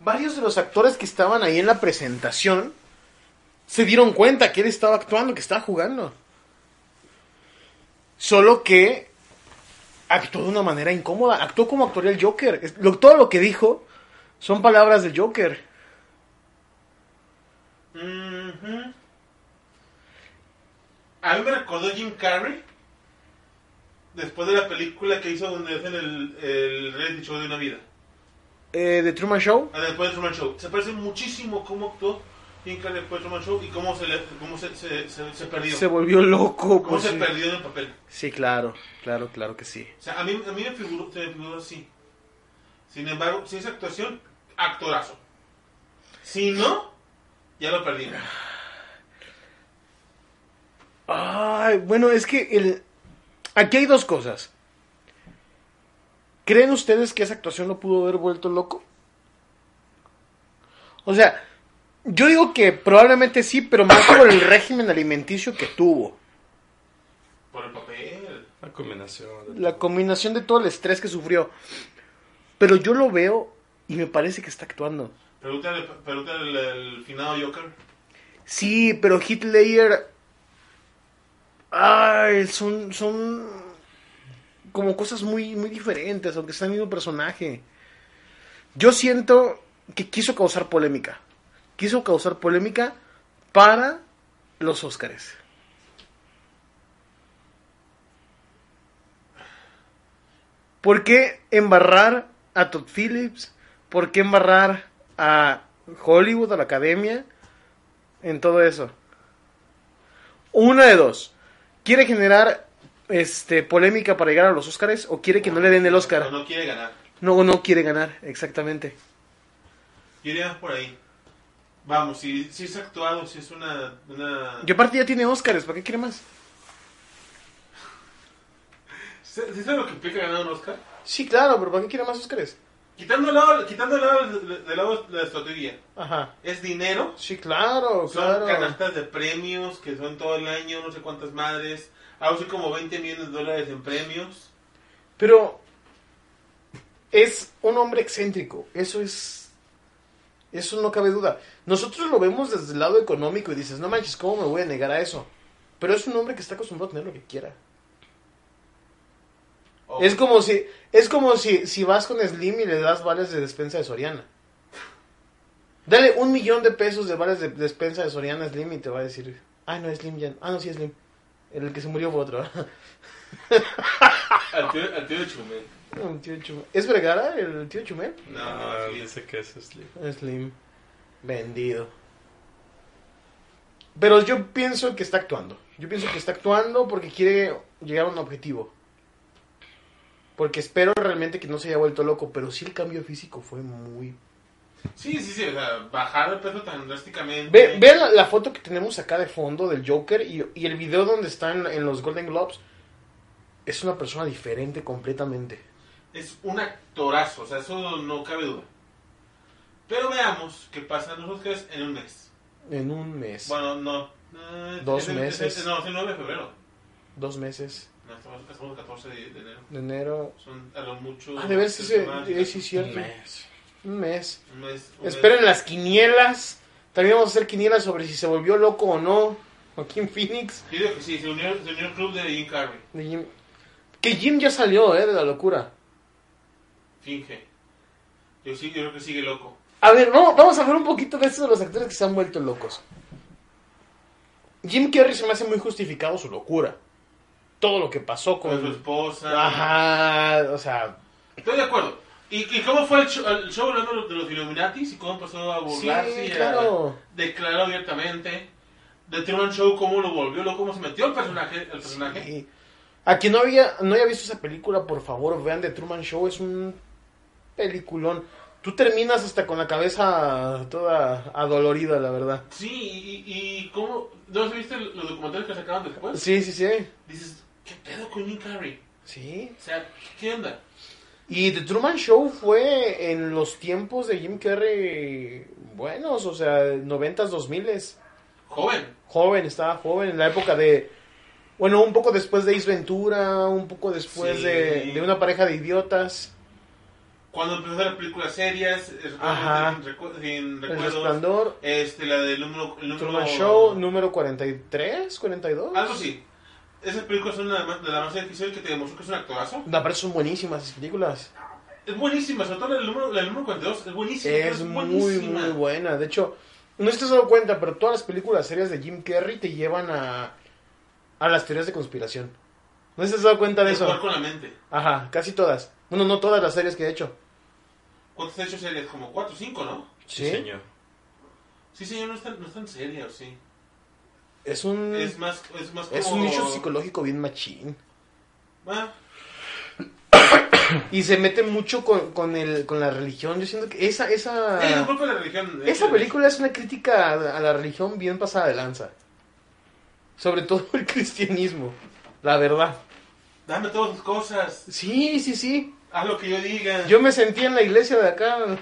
Speaker 2: Varios de los actores que estaban ahí en la presentación se dieron cuenta que él estaba actuando, que estaba jugando. Solo que actuó de una manera incómoda, actuó como actuaría el Joker. Es- lo- todo lo que dijo son palabras del Joker.
Speaker 4: Ujú. A mí me recordó Jim Carrey. Después de la película que hizo donde hacen el, el reality show de una vida.
Speaker 2: Eh, de Truman Show.
Speaker 4: Ah, Después de Truman Show. Se parece muchísimo cómo actuó Jim Carrey después de Truman Show y cómo se, le- cómo se, se, se- se perdió.
Speaker 2: Se volvió loco.
Speaker 4: cómo
Speaker 2: pues,
Speaker 4: se
Speaker 2: sí.
Speaker 4: perdió en el papel.
Speaker 2: Sí, claro, claro, claro que sí.
Speaker 4: O sea, a mí, a mí me figuró, se me figuró así. Sin embargo, si es actuación, actorazo. Si no, ya lo perdí.
Speaker 2: Ay, bueno, es que el... aquí hay dos cosas. ¿Creen ustedes que esa actuación lo pudo haber vuelto loco? O sea, yo digo que probablemente sí, pero más por el régimen alimenticio que tuvo.
Speaker 4: Por el papel.
Speaker 3: La combinación. de
Speaker 2: La
Speaker 3: todo.
Speaker 2: combinación de todo el estrés que sufrió. Pero yo lo veo y me parece que está actuando.
Speaker 4: Pregúntale, pregúntale al, al finado Joker.
Speaker 2: Sí, pero Hitler. Ay, son. son. como cosas muy, muy diferentes, aunque sea el mismo personaje. Yo siento que quiso causar polémica. Quiso causar polémica para los Óscares. ¿Por qué embarrar a Todd Phillips? ¿Por qué embarrar a Hollywood, a la academia? en todo eso. Una de dos. ¿Quiere generar este polémica para llegar a los Óscares o quiere que no le den el
Speaker 4: No,
Speaker 2: Óscar?
Speaker 4: no quiere ganar.
Speaker 2: No, no quiere ganar, exactamente.
Speaker 4: Yo iría más por ahí. Vamos, si, si es actuado, si es una... una...
Speaker 2: Y aparte ya tiene Óscares, ¿para qué quiere más?
Speaker 4: ¿Sí sí sabes lo que implica ganar un Oscar?
Speaker 2: Sí, claro, pero ¿para qué quiere más Óscares?
Speaker 4: Quitando el lado, quitando el lado de, de lado la estrategia.
Speaker 2: Ajá.
Speaker 4: Es dinero.
Speaker 2: Sí, claro,
Speaker 4: Son
Speaker 2: claro.
Speaker 4: canastas de premios que ah, son todo el año, no sé cuántas madres. Algo así como 20 millones de dólares en premios.
Speaker 2: Pero es un hombre excéntrico, eso es... Eso no cabe duda. Nosotros lo vemos desde el lado económico y dices, no manches, ¿cómo me voy a negar a eso? Pero es un hombre que está acostumbrado a tener lo que quiera.
Speaker 4: Oh,
Speaker 2: Es como si, es como si, si vas con Slim y le das vales de despensa de Soriana. Dale un millón de pesos de vales de despensa de Soriana a Slim y te va a decir, ay no, Slim ya, no- ah no, sí, Slim. El que se murió fue otro. [laughs]
Speaker 4: Al tío, al tío de Chumel.
Speaker 2: El tío Chumel. ¿Es Vergara el tío Chumel?
Speaker 4: No,
Speaker 3: Ah,
Speaker 4: sí.
Speaker 3: dice que es Slim.
Speaker 2: Slim. Vendido. Pero yo pienso que está actuando. Yo pienso que está actuando porque quiere llegar a un objetivo. Porque espero realmente que no se haya vuelto loco, pero sí el cambio físico fue muy...
Speaker 4: Sí, sí, sí, o sea, bajar el peso tan drásticamente.
Speaker 2: Ve- vean la, la foto que tenemos acá de fondo del Joker y, y el video donde está en, en los Golden Globes. Es una persona diferente completamente.
Speaker 4: Es un actorazo, o sea, eso no cabe duda. Pero veamos qué pasa en los Oscars en un mes.
Speaker 2: En un mes,
Speaker 4: Bueno, no. eh,
Speaker 2: Dos
Speaker 4: es el-
Speaker 2: meses.
Speaker 4: es el- no, es el 9 de febrero.
Speaker 2: dos meses,
Speaker 4: No, estamos, estamos el 14 de, de enero.
Speaker 2: de enero.
Speaker 4: Son a lo mucho.
Speaker 2: Ah, de ver si
Speaker 4: tres
Speaker 2: se...
Speaker 4: semanas,
Speaker 2: eh, sí, cierto.
Speaker 3: Un mes.
Speaker 2: Un mes.
Speaker 4: un mes, un mes.
Speaker 2: Esperen las quinielas. También vamos a hacer quinielas sobre si se volvió loco o no. Joaquín Phoenix.
Speaker 4: Yo digo que sí, se unió, se unió el club de Jim Carrey.
Speaker 2: de Jim. Que Jim ya salió, ¿eh? De la locura.
Speaker 4: Finge. Yo sí, yo creo que sigue loco.
Speaker 2: A ver, vamos, vamos a ver un poquito de estos de los actores que se han vuelto locos. Jim Carrey se me hace muy justificado su locura. Todo lo que pasó
Speaker 4: Con su
Speaker 2: con...
Speaker 4: esposa.
Speaker 2: Ajá, o sea...
Speaker 4: Estoy de acuerdo. ¿Y, y cómo fue el show, el show hablando de los Illuminatis y cómo pasó a
Speaker 2: Sí,
Speaker 4: burlarse y a-
Speaker 2: claro.
Speaker 4: declaró abiertamente. De Truman Show, cómo lo volvió, luego cómo se metió el personaje. El personaje.
Speaker 2: Y a quien no había, no haya visto esa película, por favor, vean The Truman Show, es un peliculón. Tú terminas hasta con la cabeza toda adolorida, la verdad.
Speaker 4: Sí, y, y- y cómo. ¿No has visto el- los documentales que sacaron después?
Speaker 2: Sí, sí, sí.
Speaker 4: Dices, ¿qué pedo con Jim Carrey?
Speaker 2: Sí.
Speaker 4: O sea, ¿qué onda?
Speaker 2: Y The Truman Show fue en los tiempos de Jim Carrey buenos, o sea, 90s, 2000s.
Speaker 4: Joven.
Speaker 2: Joven, estaba joven, en la época de... Bueno, un poco después de Ace Ventura, un poco después
Speaker 4: Sí.
Speaker 2: de, de una pareja de idiotas.
Speaker 4: Cuando empezó a hacer películas serias, eh,
Speaker 2: Ajá.
Speaker 4: sin, recu- sin
Speaker 2: El
Speaker 4: recuerdos.
Speaker 2: Resplandor.
Speaker 4: Este, la del número. El número Ah.
Speaker 2: Truman Show número 43, 42.
Speaker 4: Algo así. Esas películas son la más- de las más difíciles que te demostró que es un actorazo.
Speaker 2: No, pero son buenísimas esas películas.
Speaker 4: Es buenísima, sobre todo la del número, la del número 42. Es buenísima.
Speaker 2: es muy,
Speaker 4: buenísima.
Speaker 2: muy buena. De hecho, no te has dado cuenta, pero todas las películas serias de Jim Carrey te llevan a, a las teorías de conspiración. ¿No te has dado cuenta de
Speaker 4: Es jugar
Speaker 2: eso?
Speaker 4: con la mente.
Speaker 2: Ajá, casi todas. Bueno, no todas las series que he hecho.
Speaker 4: ¿Cuántas has hecho series? Como 4 o 5, ¿no?
Speaker 3: Sí,
Speaker 2: Sí.
Speaker 3: señor.
Speaker 4: Sí, señor, no es tan, no es tan seria, ¿o sí?
Speaker 2: Es un,
Speaker 4: Es
Speaker 2: Mm. es,
Speaker 4: más, es más
Speaker 2: un
Speaker 4: como...
Speaker 2: nicho psicológico bien machín.
Speaker 4: Ah,
Speaker 2: Y se mete mucho con, con, el, con la religión. Yo siento que esa, esa,
Speaker 4: es un golpe de la religión. de
Speaker 2: Esa
Speaker 4: hecho.
Speaker 2: película es una crítica a a la religión bien pasada de lanza. Sobre todo el [laughs] cristianismo, la verdad.
Speaker 4: Dame todas tus cosas.
Speaker 2: Sí, sí, sí.
Speaker 4: Haz lo que yo diga.
Speaker 2: Yo me sentí en la iglesia de acá,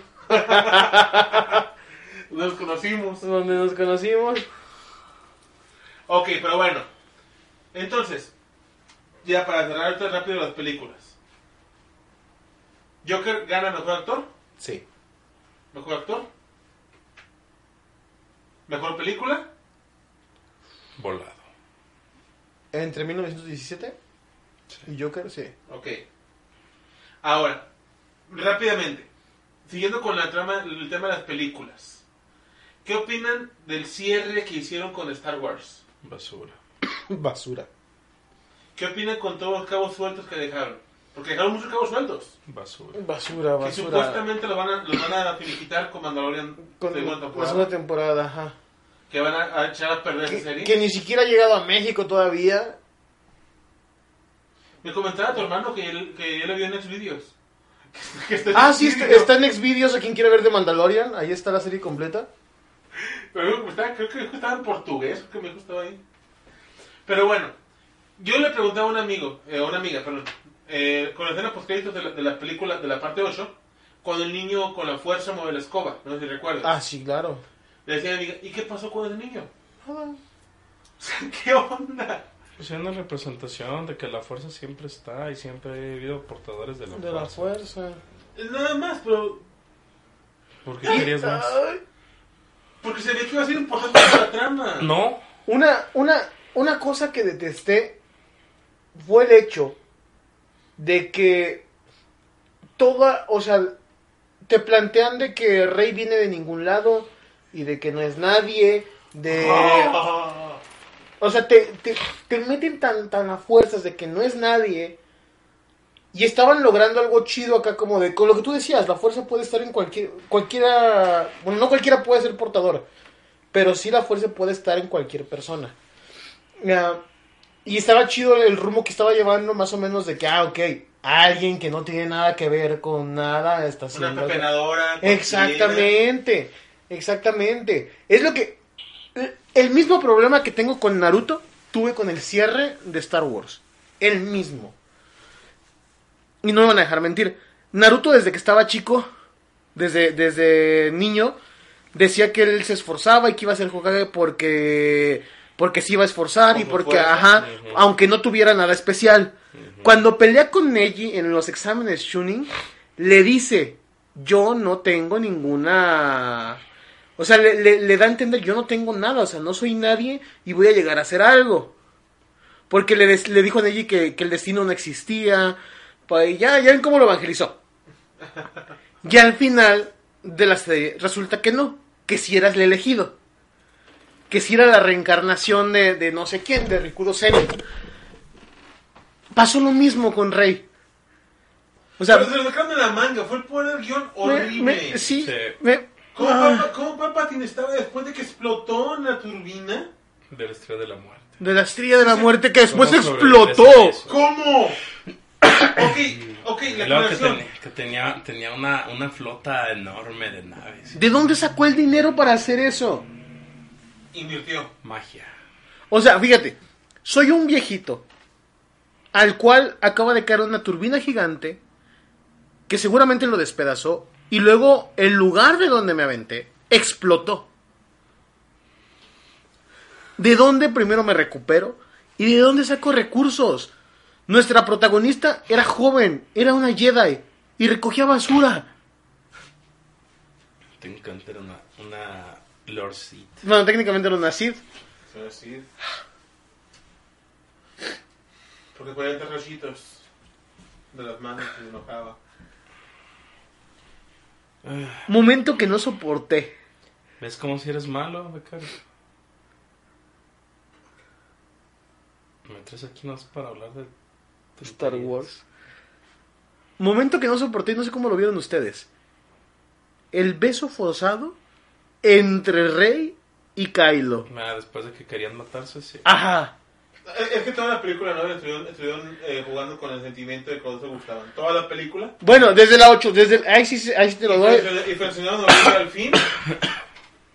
Speaker 4: Nos conocimos.
Speaker 2: donde nos conocimos.
Speaker 4: Ok, pero bueno. Entonces, ya para cerrar ahorita rápido las películas. Joker gana mejor actor,
Speaker 2: Sí.
Speaker 4: mejor actor, mejor película,
Speaker 3: Volado.
Speaker 2: Entre 1917 y Joker, sí.
Speaker 4: ok. Ahora, rápidamente, siguiendo con la trama, el tema de las películas. ¿Qué opinan del cierre que hicieron con Star Wars?
Speaker 3: Basura.
Speaker 2: Basura.
Speaker 4: ¿Qué opinan con todos los cabos sueltos que dejaron? Porque dejaron muchos cabos sueltos.
Speaker 3: Basura.
Speaker 2: Basura,
Speaker 4: Que
Speaker 2: basura.
Speaker 4: supuestamente los van a, los van a finiquitar con Mandalorian
Speaker 2: Con
Speaker 4: segunda
Speaker 2: la
Speaker 4: temporada.
Speaker 2: segunda temporada, ajá.
Speaker 4: Que van a, a echar a perder esa
Speaker 2: Que,
Speaker 4: serie.
Speaker 2: que ni siquiera ha llegado a México todavía.
Speaker 4: Me comentaba tu hermano que él, que él lo vio en Xvideos. [laughs] Que está en
Speaker 2: Ah, sí, está,
Speaker 4: Xvideos.
Speaker 2: está en Xvideos a quien quiere ver de Mandalorian. Ahí está la serie completa.
Speaker 4: Pero estaba- creo que estaba en portugués, que me gustaba ahí. Pero bueno, yo le pregunté a un amigo, eh, a una amiga, perdón, eh, con la escena postcréditos de la, de la película, de la parte 8, cuando el niño con la fuerza mueve la escoba, no sé si recuerdas.
Speaker 2: Ah, sí, claro. Ah,
Speaker 4: Le decía a mi amiga, ¿y [laughs] qué pasó con ese niño?
Speaker 2: Nada.
Speaker 4: ¿Qué onda?
Speaker 3: Pues es una representación de que la fuerza siempre está y siempre ha habido portadores de la
Speaker 2: De
Speaker 3: fuerza.
Speaker 2: la fuerza.
Speaker 4: Nada más, pero.
Speaker 3: ¿Por qué querías más?
Speaker 2: Ah.
Speaker 4: Porque se ve que va a ser importante para
Speaker 2: [laughs]
Speaker 4: la trama.
Speaker 3: No,
Speaker 2: Una, una, una cosa que detesté fue el hecho de que toda, o sea, te plantean de que Rey viene de ningún lado y de que no es nadie,
Speaker 4: Eh,
Speaker 2: de...
Speaker 4: Ah.
Speaker 2: O sea, te, te, te meten tan, tan a fuerzas de que no es nadie. Y estaban logrando algo chido acá, como de. Con lo que tú decías, la fuerza puede estar en cualquier. Cualquiera. Bueno, no cualquiera puede ser portadora. Pero sí la fuerza puede estar en cualquier persona. Ah, y estaba chido el rumbo que estaba llevando, más o menos, de que, ah, ok, alguien que no tiene nada que ver con nada está
Speaker 4: Una
Speaker 2: haciendo.
Speaker 4: pepenadora.
Speaker 2: Exactamente, exactamente. Es lo que... El mismo problema que tengo con Naruto, tuve con el cierre de Star Wars. El mismo. Y no me van a dejar mentir. Naruto desde que estaba chico, desde, desde niño, decía que él se esforzaba y que iba a ser Hokage porque... Porque se iba a esforzar y
Speaker 4: Como
Speaker 2: porque,
Speaker 4: fuerza.
Speaker 2: ajá,
Speaker 3: Ujú.
Speaker 2: aunque no tuviera nada especial. Cuando pelea con Neji en los exámenes Shunin, le dice, yo no tengo ninguna... O sea, le, le- le da a entender, yo no tengo nada, o sea, no soy nadie y voy a llegar a hacer algo. Porque le, des- le dijo a Neji que, que el destino no existía. Pues ya, ya ven cómo lo evangelizó. Ya al final de la serie resulta que no, que si eras el elegido. Que si era la reencarnación de, de no sé quién, de Rikudo Seni. Pasó lo mismo con Rey. O sea,
Speaker 4: Pero Pues se lo sacaron de la manga. Fue el poder guión
Speaker 2: me-
Speaker 4: horrible.
Speaker 2: me- sí,
Speaker 3: Sí.
Speaker 2: me-
Speaker 4: ¿Cómo,
Speaker 2: ah,
Speaker 4: Palpa- cómo Palpatine estaba después de que explotó la turbina?
Speaker 3: del estrella de la muerte.
Speaker 2: de la estrella de la muerte que después
Speaker 3: ¿Cómo
Speaker 2: explotó.
Speaker 3: sobrevives a eso?
Speaker 4: ¿Cómo? ok, ok,
Speaker 3: Y
Speaker 4: la
Speaker 3: luego que,
Speaker 4: aclaración.
Speaker 3: tenía- que tenía, tenía una, una flota enorme de naves.
Speaker 2: ¿De dónde sacó el dinero para hacer eso?
Speaker 4: Invirtió.
Speaker 3: Magia.
Speaker 2: O sea, fíjate, soy un viejito al cual acaba de caer una turbina gigante que seguramente lo despedazó y luego el lugar de donde me aventé explotó. ¿De dónde primero me recupero? ¿Y de dónde saco recursos? Nuestra protagonista era joven, era una Jedi y recogía basura.
Speaker 3: Te encantaría una, una Lord Seed.
Speaker 2: Bueno, técnicamente era una Sith.
Speaker 4: Pero sí. Porque 40 rayitos de las manos que me enojaba.
Speaker 3: Ah.
Speaker 2: Momento que no soporté.
Speaker 3: ¿Ves como si eres malo, becario? Me traes aquí más para hablar de...
Speaker 2: Star Wars. Momento que no soporté, no sé cómo lo vieron ustedes. El beso forzado entre Rey y Kylo.
Speaker 3: Nah, después de que querían matarse, sí.
Speaker 2: Ajá.
Speaker 4: Es- Es que toda la película no estuvieron, estuvieron eh, jugando con el sentimiento de que no se gustaban. Toda la película.
Speaker 2: Bueno, desde la 8, desde el- ahí sí, se- ahí sí te
Speaker 4: Y
Speaker 2: lo doy.
Speaker 4: fraccionaron- y fraccionaron a Olivia al
Speaker 2: [coughs]
Speaker 4: fin.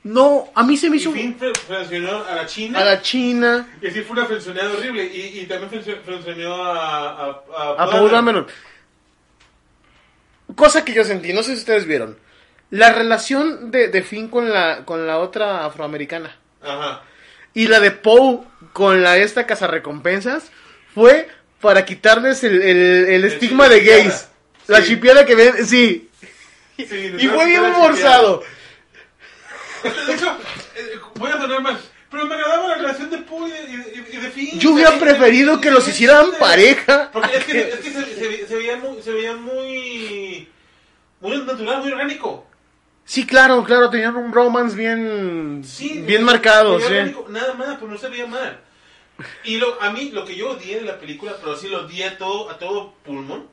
Speaker 2: No, a mí se me
Speaker 4: Y
Speaker 2: hizo
Speaker 4: fin fre- fraccionaron a la China.
Speaker 2: a la China,
Speaker 4: Y así fue una fraccionada horrible. Y, y también fraccio- fraccionó a. A,
Speaker 2: a Paul Dameron. Cosa que yo sentí, no sé si ustedes vieron. La relación de, de Finn con la, con la otra afroamericana.
Speaker 4: Ajá.
Speaker 2: Y la de Poe con la esta cazarrecompensas fue para quitarles el, el- el estigma de
Speaker 4: chipiada.
Speaker 2: gays. La
Speaker 4: Sí.
Speaker 2: chipiada que ven, sí. Y fue bien forzado.
Speaker 4: De hecho, eh, voy a sonar mal. Pero me agradaba la relación de Pooh y de, y- y de Finn.
Speaker 2: Yo hubiera preferido que los hicieran pareja.
Speaker 4: Porque es que, es que se, se ve- se veía muy, se veía muy. Muy natural, muy orgánico.
Speaker 2: Sí, claro, claro, tenían un romance bien,
Speaker 4: Sí,
Speaker 2: bien
Speaker 4: no,
Speaker 2: marcado,
Speaker 4: se
Speaker 2: sí.
Speaker 4: veía orgánico, Nada más, pues no se veía mal. Y lo, a mí, lo que yo odié de la película, pero sí lo odié a todo, a todo pulmón,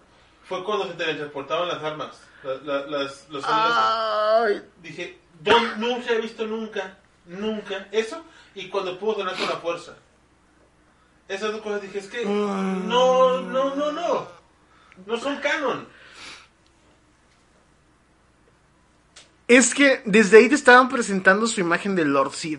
Speaker 4: fue cuando se teletransportaban las armas. Las, las, las-
Speaker 2: Ah.
Speaker 4: los sonidos.
Speaker 2: Ay,
Speaker 4: Dije, "Don- no se ha visto nunca, nunca eso. Y cuando pudo sonar con la fuerza. Esas dos cosas dije, es que
Speaker 2: Ah.
Speaker 4: no, no, no, no. No son canon.
Speaker 2: Es que desde ahí te estaban presentando su imagen de Lord Sid.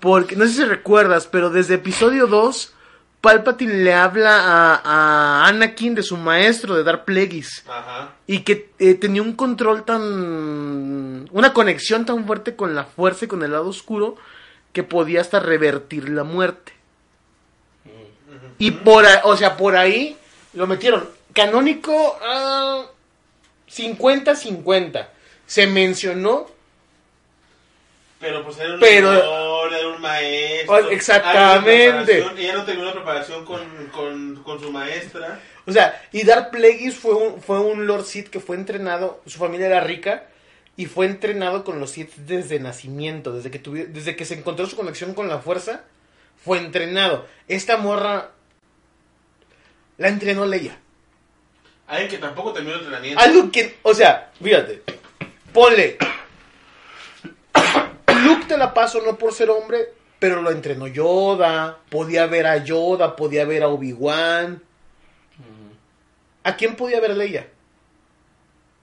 Speaker 2: Porque, no sé si recuerdas, pero desde episodio 2, Palpatine le habla a, a Anakin de su maestro, de Darth Plagueis.
Speaker 4: Ajá.
Speaker 2: Y que eh, tenía un control tan... Una conexión tan fuerte con la fuerza y con el lado oscuro que podía hasta revertir la muerte.
Speaker 3: Mm.
Speaker 2: Y por, a- o sea, por ahí lo metieron. Canónico ah, 50-50. Se mencionó
Speaker 4: Pero pues era un
Speaker 2: Pero-
Speaker 4: mentor, era un maestro.
Speaker 2: Oh,
Speaker 4: había una
Speaker 2: exactamente.
Speaker 4: preparación, Ella no tenía una preparación con, con, con su maestra.
Speaker 2: O sea, y Dark Plagueis fue un, fue un Lord Sith que fue entrenado, su familia era rica y fue entrenado con los Sith desde nacimiento, desde que tuvi- desde que se encontró su conexión con la fuerza, fue entrenado. Esta morra la entrenó Leia.
Speaker 4: Alguien que tampoco terminó el entrenamiento.
Speaker 2: Algo que, o sea, fíjate, ponle [coughs] Luke te la paso no por ser hombre, pero lo entrenó Yoda, podía ver a Yoda, podía ver a Obi-Wan. ¿A quién podía ver Leia?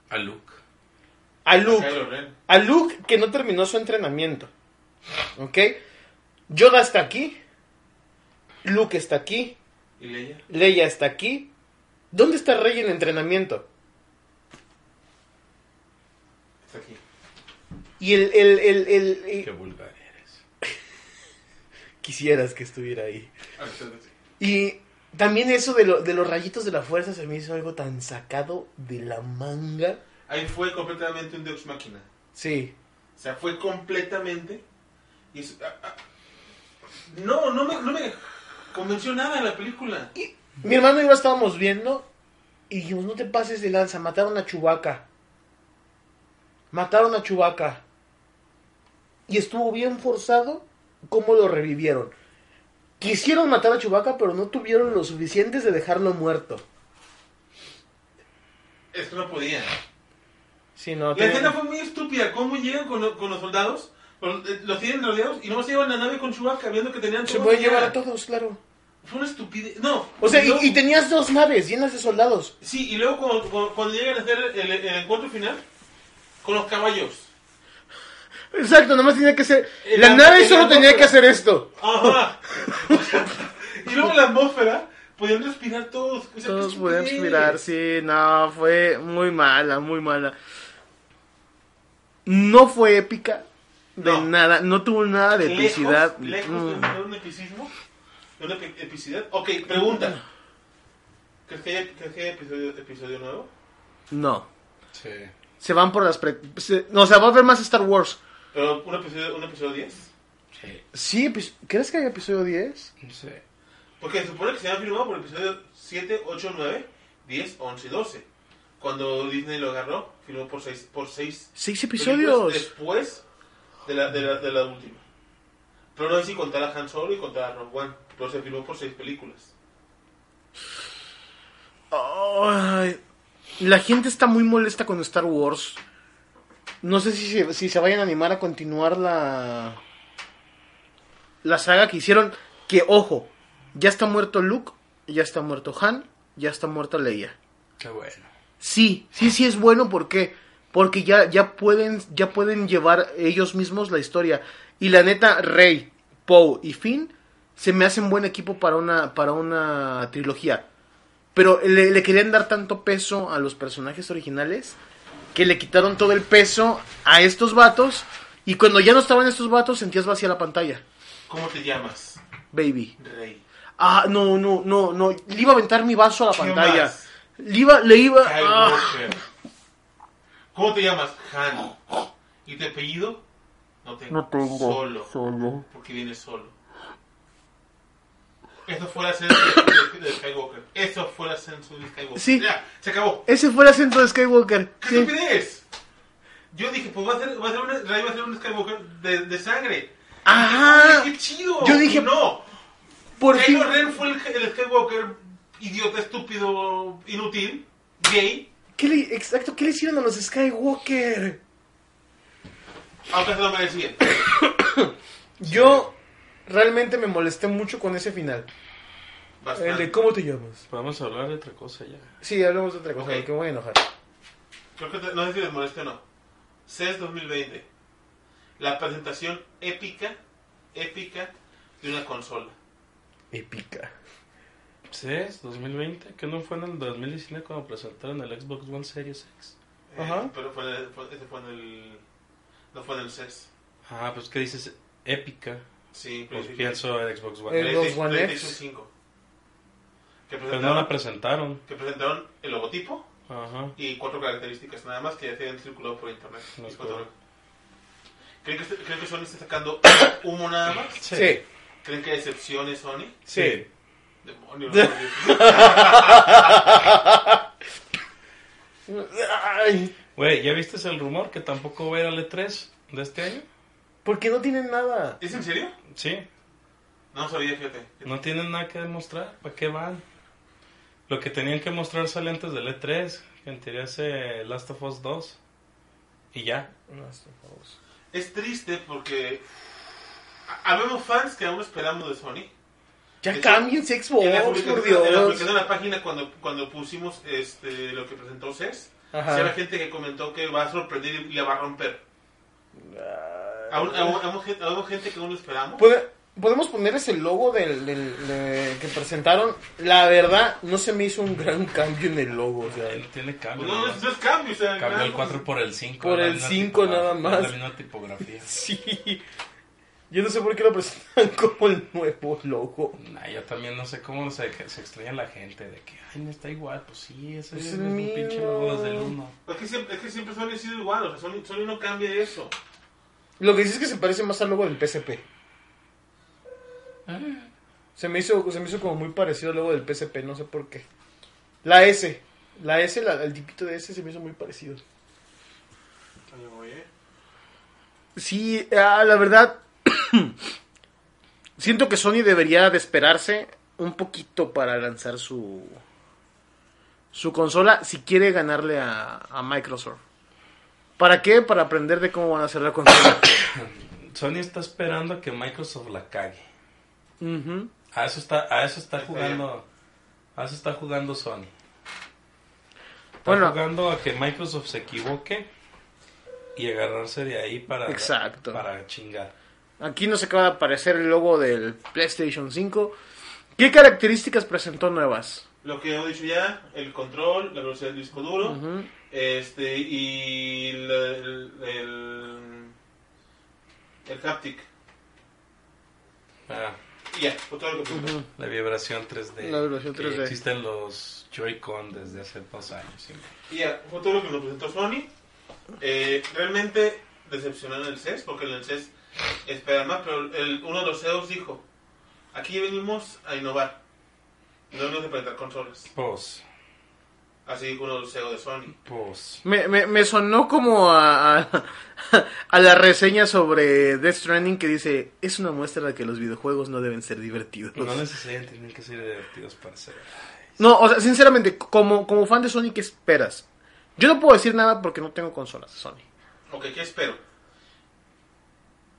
Speaker 3: A Luke.
Speaker 2: A
Speaker 4: A
Speaker 2: Luke.
Speaker 4: Kylo Ren.
Speaker 2: A Luke que no terminó su entrenamiento. ¿Ok? Yoda está aquí. Luke está aquí.
Speaker 4: ¿Y Leia?
Speaker 2: Leia está aquí. ¿Dónde está Rey en entrenamiento?
Speaker 4: Está aquí.
Speaker 2: Y el... el, el, el- el-
Speaker 3: Qué vulgar eres.
Speaker 2: Quisieras que estuviera ahí.
Speaker 4: Ah, está aquí.
Speaker 2: Y también eso de, lo- de los rayitos de la fuerza se me hizo algo tan sacado de la manga.
Speaker 4: Ahí fue completamente un Deus Máquina.
Speaker 2: Sí.
Speaker 4: O sea, fue completamente. y es- ah, ah. No, no me, no me convenció nada la película.
Speaker 2: Mi hermano y yo la estábamos viendo y dijimos, no te pases de lanza, mataron a Chubaca. Mataron a Chubaca. Y estuvo bien forzado cómo lo revivieron. Quisieron matar a Chubaca, pero no tuvieron lo suficientes de dejarlo muerto.
Speaker 4: Es que no podía.
Speaker 2: Sí, no,
Speaker 4: La
Speaker 2: tenía-
Speaker 4: escena fue muy estúpida. ¿Cómo llegan con, lo- con los soldados? Los, eh, los tienen rodeados y nomás llevan la nave con Chewbacca viendo que tenían
Speaker 2: se
Speaker 4: todo
Speaker 2: pueden
Speaker 4: ya.
Speaker 2: llevar a todos, claro.
Speaker 4: Fue una estupidez. No.
Speaker 2: O sea, y,
Speaker 4: luego-
Speaker 2: y tenías dos naves llenas de soldados.
Speaker 4: Sí, y luego cuando, cuando- cuando llegan a hacer el, el encuentro final con los caballos.
Speaker 2: Exacto, nomás tenía que ser...
Speaker 4: El
Speaker 2: La
Speaker 4: am-
Speaker 2: nave
Speaker 4: el
Speaker 2: solo tenía
Speaker 4: atmósfera.
Speaker 2: que hacer esto. [laughs]
Speaker 4: Ajá. O sea, y luego la atmósfera. Podían respirar todos. O sea,
Speaker 2: Todos
Speaker 4: qué
Speaker 2: podían
Speaker 4: estupidez.
Speaker 2: respirar, sí, no, fue muy mala, muy mala. No fue épica de
Speaker 4: No.
Speaker 2: nada, no tuvo nada de epicidad.
Speaker 4: Lejos,
Speaker 2: Mm.
Speaker 4: lejos de un epicismo. De una epi- epicidad. Ok, pregunta. ¿Crees que haya, crees que haya episodio, episodio nuevo?
Speaker 2: No,
Speaker 3: Sí.
Speaker 2: se van por las... Pre... se- No, se va a ver más Star Wars.
Speaker 4: ¿Pero un episodio, un episodio 10?
Speaker 3: Sí.
Speaker 2: Sí, epi- ¿crees que hay episodio 10?
Speaker 3: No sé.
Speaker 4: Porque se supone que se han firmado por episodio 7, 8, 9, 10, 11 y 12. Cuando Disney lo agarró, firmó por 6 por seis
Speaker 2: ¿Seis
Speaker 4: pues, películas
Speaker 2: episodios?
Speaker 4: Después de la, de, la, de la última. Pero no sé si contar a Han Solo y contar a Rogue One. Pero se firmó por 6 películas.
Speaker 2: Ay, la gente está muy molesta con Star Wars. No sé si se, si se vayan a animar a continuar la la saga que hicieron. Que ojo, ya está muerto Luke, ya está muerto Han, ya está muerta Leia.
Speaker 3: Qué bueno.
Speaker 2: Sí, sí, sí es bueno porque porque ya ya pueden ya pueden llevar ellos mismos la historia y la neta Rey, Poe y Finn se me hacen buen equipo para una para una trilogía. Pero le, le querían dar tanto peso a los personajes originales que le quitaron todo el peso a estos vatos y cuando ya no estaban estos vatos sentías vacía la pantalla.
Speaker 4: ¿Cómo te llamas?
Speaker 2: Baby.
Speaker 4: Rey.
Speaker 2: Ah, no, no, no, no, le iba a aventar mi vaso a la
Speaker 4: ¿Qué
Speaker 2: pantalla.
Speaker 4: más?
Speaker 2: Le iba le iba ah.
Speaker 4: Skywalker. ¿Cómo te llamas? Han. ¿Y tu apellido? No tengo.
Speaker 1: No tengo.
Speaker 4: Solo.
Speaker 1: Solo.
Speaker 4: Porque viene solo. Eso fue el ascenso de, de- de Skywalker. Eso fue el ascenso de Skywalker.
Speaker 2: Sí.
Speaker 4: Ya, se acabó.
Speaker 2: Ese fue el acento de Skywalker.
Speaker 4: ¿Qué
Speaker 2: Sí.
Speaker 4: estupidez? Yo dije, pues va a ser, va a ser, una, Rey va a ser un Skywalker de, de sangre.
Speaker 2: Ajá.
Speaker 4: ¡Qué chido!
Speaker 2: Ah. Yo dije,
Speaker 4: no.
Speaker 2: Por fin.
Speaker 4: Kylo Ren fue el, el Skywalker idiota, estúpido, inútil, gay.
Speaker 2: ¿Qué le, exacto, ¿qué le hicieron a los Skywalker?
Speaker 4: Aunque se lo merecían.
Speaker 2: Yo realmente me molesté mucho con ese final. El
Speaker 4: Bastante.
Speaker 2: de cómo te llamas.
Speaker 3: Podemos hablar de otra cosa ya.
Speaker 2: Sí, hablemos de otra cosa,
Speaker 4: Ok.
Speaker 2: porque me voy a enojar.
Speaker 4: Creo que te- no sé si les molesta o no. E CES 2020. La presentación épica, épica de una consola.
Speaker 2: Épica.
Speaker 3: CES 2020, que no fue en el 2019 cuando presentaron el Xbox One Series X.
Speaker 4: Eh,
Speaker 2: Ajá.
Speaker 4: pero fue, en el- fue- ese fue en el. No fue en el CES.
Speaker 3: Ah, pues que dices épica.
Speaker 4: Sí,
Speaker 3: Pues
Speaker 4: PlayStation-
Speaker 3: pienso en Xbox One.
Speaker 2: Eh.
Speaker 4: PlayStation-
Speaker 2: Xbox One X.
Speaker 4: PlayStation 5. que
Speaker 3: Pero no la
Speaker 4: presentaron,
Speaker 3: presentaron.
Speaker 4: que presentaron el logotipo
Speaker 3: Ajá.
Speaker 4: y cuatro características nada más que ya se habían circulado por internet.
Speaker 3: No
Speaker 4: Y
Speaker 3: es
Speaker 4: cuatro- ¿Creen que, este, creen que Sony está
Speaker 3: [coughs]
Speaker 4: sacando humo nada más?
Speaker 2: Sí.
Speaker 4: ¿Creen que decepcione Sony?
Speaker 2: Sí.
Speaker 4: Demonios. ¿no?
Speaker 2: Ay,
Speaker 3: Güey, ¿ya viste el rumor que tampoco va a ir al E3 de este año?
Speaker 2: porque no tienen nada.
Speaker 4: ¿Es en serio?
Speaker 3: Sí.
Speaker 4: No sabía, fíjate.
Speaker 3: No tienen nada que demostrar. ¿Para qué van? Lo que tenían que mostrar sale antes del E3. Que en teoría es eh, Last of Us 2. Y ya.
Speaker 4: Es triste porque ha- habemos fans que aún esperamos de Sony.
Speaker 2: Ya
Speaker 4: Sí.
Speaker 2: cambiense
Speaker 4: en la
Speaker 2: Xbox, Oh, por
Speaker 4: publicación, en la
Speaker 2: Dios.
Speaker 4: publicación de la página cuando, cuando pusimos este, lo que presentó CES,
Speaker 2: Ajá.
Speaker 4: sí había gente que comentó que va a sorprender y la va a romper. Aún, aún- aún gente- aún gente que aún lo esperamos.
Speaker 2: Puede- Podemos poner ese logo del, del- de- que presentaron. La verdad, no se me hizo un gran [laughs] cambio en el logo. O sea,
Speaker 3: Eh, no tiene
Speaker 4: Pues
Speaker 3: cambio.
Speaker 4: no, no
Speaker 3: nomás.
Speaker 4: es, no es cambio, o sea,
Speaker 3: Cambió
Speaker 4: nada
Speaker 3: el
Speaker 4: más.
Speaker 3: 4 por el 5.
Speaker 2: Por el 5 nada más.
Speaker 3: La misma tipografía.
Speaker 2: sí. Yo no sé por qué lo presentan [laughs] como el nuevo logo.
Speaker 3: Nah, yo también no sé cómo se, se extraña la gente de que, ay, no está igual. Pues sí, ese
Speaker 2: Es
Speaker 3: es,
Speaker 2: el
Speaker 3: el mismo
Speaker 2: mío.
Speaker 3: pinche logo desde el 1.
Speaker 4: Es que siempre, es que siempre Sony ha sido igual, o sea, Sony, Sony no cambia de eso.
Speaker 2: Lo que sí es que se parece más al logo del PSP. Se me hizo, se me hizo como muy parecido al logo del PSP, no sé por qué. La S. La S, la- el tipito de S se me hizo muy parecido.
Speaker 4: Ay, oye.
Speaker 2: Sí, ah, la verdad. [coughs] siento que Sony debería de esperarse un poquito para lanzar su. su consola si quiere ganarle a, a Microsoft. ¿Para qué? Para aprender de cómo van a hacer la consola. [coughs]
Speaker 3: Sony está esperando a que Microsoft la cague.
Speaker 2: Ujú.
Speaker 3: A eso está, a eso está
Speaker 4: Está
Speaker 3: jugando. A eso está jugando Sony. Está
Speaker 2: Bueno.
Speaker 3: jugando a que Microsoft se equivoque y agarrarse de ahí para,
Speaker 2: Exacto.
Speaker 3: para chingar.
Speaker 2: Aquí nos acaba de aparecer el logo del PlayStation 5. ¿Qué características presentó nuevas?
Speaker 4: Lo que he dicho ya, el control, la velocidad del disco duro,
Speaker 2: Ujú.
Speaker 4: este, y el, el, el, el haptic.
Speaker 3: Ah,
Speaker 4: Y ya, fue todo lo que presentó.
Speaker 2: Ujú.
Speaker 3: la vibración 3D.
Speaker 2: La vibración
Speaker 3: que
Speaker 2: 3D.
Speaker 3: Existen los Joy-Con desde hace dos años. sí.
Speaker 4: Y ya, fue todo lo que nos presentó Sony. Eh, realmente decepcionaron el CES, porque en el CES esperan más, pero el, uno de los CEOs dijo, aquí venimos a innovar, no venimos a presentar consolas.
Speaker 3: Pues,
Speaker 4: Así dijo uno de los CEOs de Sony.
Speaker 3: pues.
Speaker 2: Me, me, me sonó como a, a, [laughs] a la reseña sobre Death Stranding que dice, es una muestra de que los videojuegos no deben ser divertidos.
Speaker 3: No necesariamente tienen que ser divertidos para ser.
Speaker 2: No, o sea, sinceramente, como, como fan de Sony, ¿qué esperas? Yo no puedo decir nada porque no tengo consolas de Sony.
Speaker 4: Ok, ¿qué espero?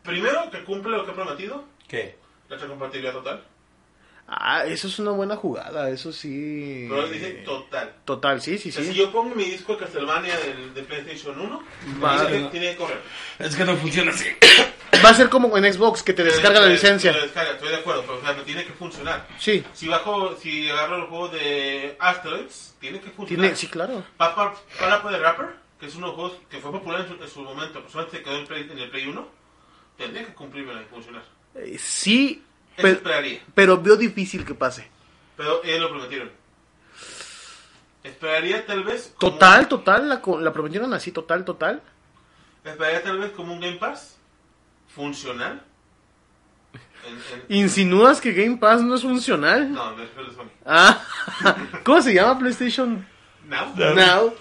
Speaker 4: Primero, que cumple lo que ha prometido,
Speaker 3: ¿Qué?
Speaker 4: la compatibilidad total.
Speaker 2: Ah, eso es una buena jugada, eso sí.
Speaker 4: Pero dice total.
Speaker 2: Total, sí, sí,
Speaker 4: O sea, si
Speaker 2: sí.
Speaker 4: yo pongo mi disco de Castlevania del, de PlayStation 1,
Speaker 2: Va.
Speaker 4: dice que tiene que correr.
Speaker 3: Es que no funciona así.
Speaker 2: Va a ser como en Xbox que te descarga la
Speaker 4: Te- te-
Speaker 2: licencia.
Speaker 4: te descarga, estoy de acuerdo, pero claro, tiene que funcionar.
Speaker 2: Sí,
Speaker 4: Si bajo, si agarro el juego de Asteroids, tiene que funcionar.
Speaker 2: tiene, sí, claro.
Speaker 4: Papa, Parappa the Rapper, que es uno de los juegos que fue popular en su, en su momento, pero solamente quedó en, Play- en el Play 1, tendría que cumplirla y funcionar.
Speaker 2: Eh, Sí,
Speaker 4: Eso
Speaker 2: pe-
Speaker 4: esperaría,
Speaker 2: pero veo difícil que pase.
Speaker 4: pero ellos lo prometieron. Esperaría tal vez... como-
Speaker 2: Total, total, la, co- la prometieron así, total, total.
Speaker 4: Esperaría tal vez como un Game Pass funcional. En- en-
Speaker 2: ¿Insinúas que Game Pass no es funcional?
Speaker 4: No, me refiero a Sony.
Speaker 2: Ah, [laughs] ¿cómo se llama PlayStation
Speaker 4: Now.
Speaker 2: Now?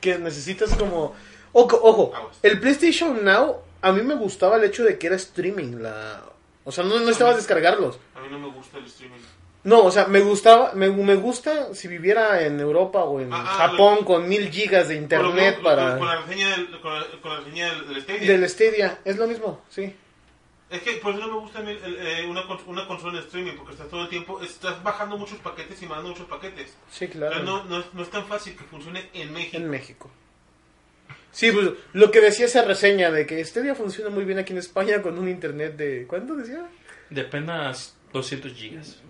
Speaker 2: Que necesitas como... Ojo, ojo, el PlayStation Now a mí me gustaba el hecho de que era streaming. La... O sea, no, no estabas descargarlos.
Speaker 4: A mí no me gusta el streaming.
Speaker 2: No, o sea, me gustaba, me, me gusta si viviera en Europa o en
Speaker 4: Ah, ah,
Speaker 2: Japón con mil gigas de
Speaker 4: Con-
Speaker 2: internet
Speaker 4: con-
Speaker 2: para...
Speaker 4: Con la reseña del, con la, con la reseña del, del Stadia.
Speaker 2: Del Stadia, es lo mismo, sí.
Speaker 4: Es que por eso no me gusta a mí el- eh, una, cons- una consola de streaming, porque estás todo el tiempo, estás bajando muchos paquetes y mandando muchos paquetes.
Speaker 2: Sí,
Speaker 4: Pero
Speaker 2: claro.
Speaker 4: no, no, es- no es tan fácil que funcione en México.
Speaker 2: En México. Sí, pues lo que decía esa reseña de que Stadia funciona muy bien aquí en España con un internet de... ¿Cuánto decía?
Speaker 3: De apenas 200 gigas.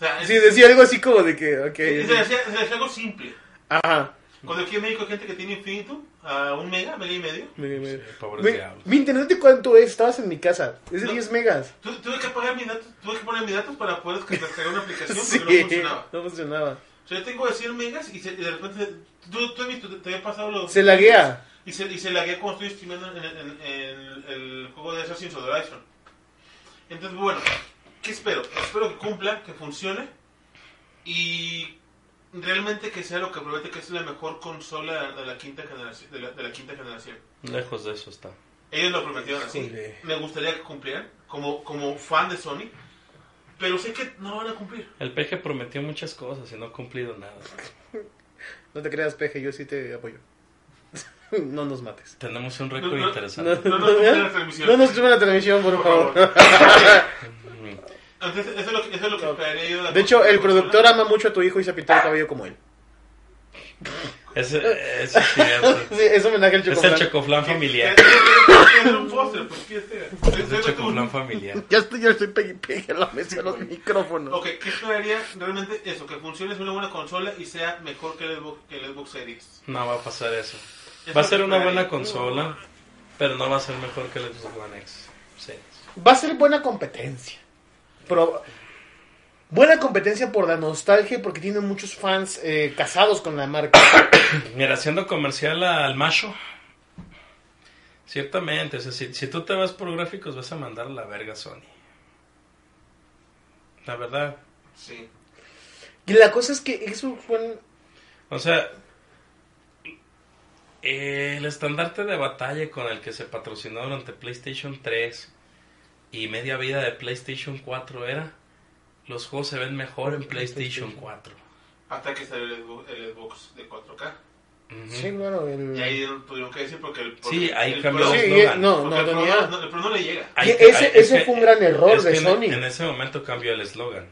Speaker 4: O sea, es,
Speaker 2: Sí, decía algo así como de que...
Speaker 4: es-
Speaker 2: ok,
Speaker 4: es- es- es algo simple.
Speaker 2: Ajá.
Speaker 4: Cuando aquí en México hay gente que tiene infinito, a un mega, mega y medio.
Speaker 2: Me- me-
Speaker 3: Sí, pobres
Speaker 2: me-
Speaker 3: diablos.
Speaker 2: mi internet de cuánto es, estabas en mi casa. Es de
Speaker 4: No.
Speaker 2: 10 megas.
Speaker 4: Tu- tuve que pagar mis datos, tuve que poner mis datos para poder descargar una aplicación
Speaker 2: Sí,
Speaker 4: porque no funcionaba.
Speaker 2: no funcionaba.
Speaker 4: O sea, yo tengo de 100 megas y, se- y de repente tú, tú has visto, te, te había pasado los
Speaker 2: Se laguea.
Speaker 4: y se, y se laguea cuando estoy streamando en, en- en- en el juego de Assassin's Horizon. Entonces, bueno, ¿qué espero? Espero que cumpla, que funcione y realmente que sea lo que promete que es la mejor consola de la quinta generación. De la, de la quinta generación.
Speaker 3: Lejos de eso está.
Speaker 4: Ellos lo prometieron así.
Speaker 3: Híjole.
Speaker 4: Me gustaría que cumplieran, como, como fan de Sony, pero sé que no van a cumplir.
Speaker 3: El peje prometió muchas cosas y no ha cumplido nada.
Speaker 2: No te creas, peje, yo sí te apoyo. no nos mates.
Speaker 3: Tenemos un récord
Speaker 4: No, no,
Speaker 3: interesante.
Speaker 4: No, no, no, la transmisión.
Speaker 2: No nos suban la televisión, por
Speaker 4: Por
Speaker 2: favor.
Speaker 4: favor.
Speaker 3: Mm.
Speaker 4: Entonces, eso es lo que, eso es lo que esperaría yo. la
Speaker 2: De hecho,
Speaker 4: consola.
Speaker 2: el productor ama mucho a tu hijo y se ha pintado el cabello como él.
Speaker 3: Eso, eso es
Speaker 4: [laughs]
Speaker 3: cierto.
Speaker 2: Sí, es homenaje al
Speaker 3: es el
Speaker 2: Chocoflan.
Speaker 3: chocoflan familiar.
Speaker 4: Es un póster, pues, ¿qué es?
Speaker 3: Es el chocoflan familiar.
Speaker 2: Ya estoy, ya estoy pegue, pegue a la mesa de los micrófonos.
Speaker 4: Ok, ¿qué esperaría realmente eso? Que funcione es una buena consola y sea mejor que el Xbox, que el Xbox Series.
Speaker 3: No va a pasar eso.
Speaker 4: Es
Speaker 3: Va a
Speaker 4: lo
Speaker 3: ser
Speaker 4: que
Speaker 3: una buena
Speaker 4: esperaría.
Speaker 3: consola, pero no va a ser mejor que el Xbox One X. Sí.
Speaker 2: Va a ser buena competencia. Pero buena competencia por la nostalgia y porque tiene muchos fans eh, casados con la marca.
Speaker 3: Mira, haciendo comercial a- al macho. Ciertamente, o sea, si, si tú te vas por gráficos vas a mandar a la verga a Sony. La verdad.
Speaker 4: Sí.
Speaker 2: Y la cosa es que Xbox One
Speaker 3: O sea, eh, el estandarte de batalla con el que se patrocinó durante PlayStation 3 y media vida de PlayStation 4 era, los juegos se ven mejor en PlayStation 4.
Speaker 4: Hasta que salió el Xbox, el Xbox de 4K.
Speaker 3: Ujú.
Speaker 2: Sí, bueno, el-
Speaker 4: Y ahí tuvieron que decir porque el.
Speaker 3: Sí,
Speaker 4: porque
Speaker 3: ahí
Speaker 4: el
Speaker 3: cambió
Speaker 4: Pro-
Speaker 3: los
Speaker 2: Sí,
Speaker 3: eslogan.
Speaker 2: no,
Speaker 4: porque el Pro
Speaker 2: tenía-
Speaker 4: no- el Pro no le llega.
Speaker 3: Ahí-
Speaker 2: ese-
Speaker 3: ahí-
Speaker 2: ese
Speaker 3: es
Speaker 2: fue
Speaker 3: que-
Speaker 2: un gran error
Speaker 3: es
Speaker 2: de
Speaker 3: que en-
Speaker 2: Sony.
Speaker 3: En, ese momento cambió el eslogan.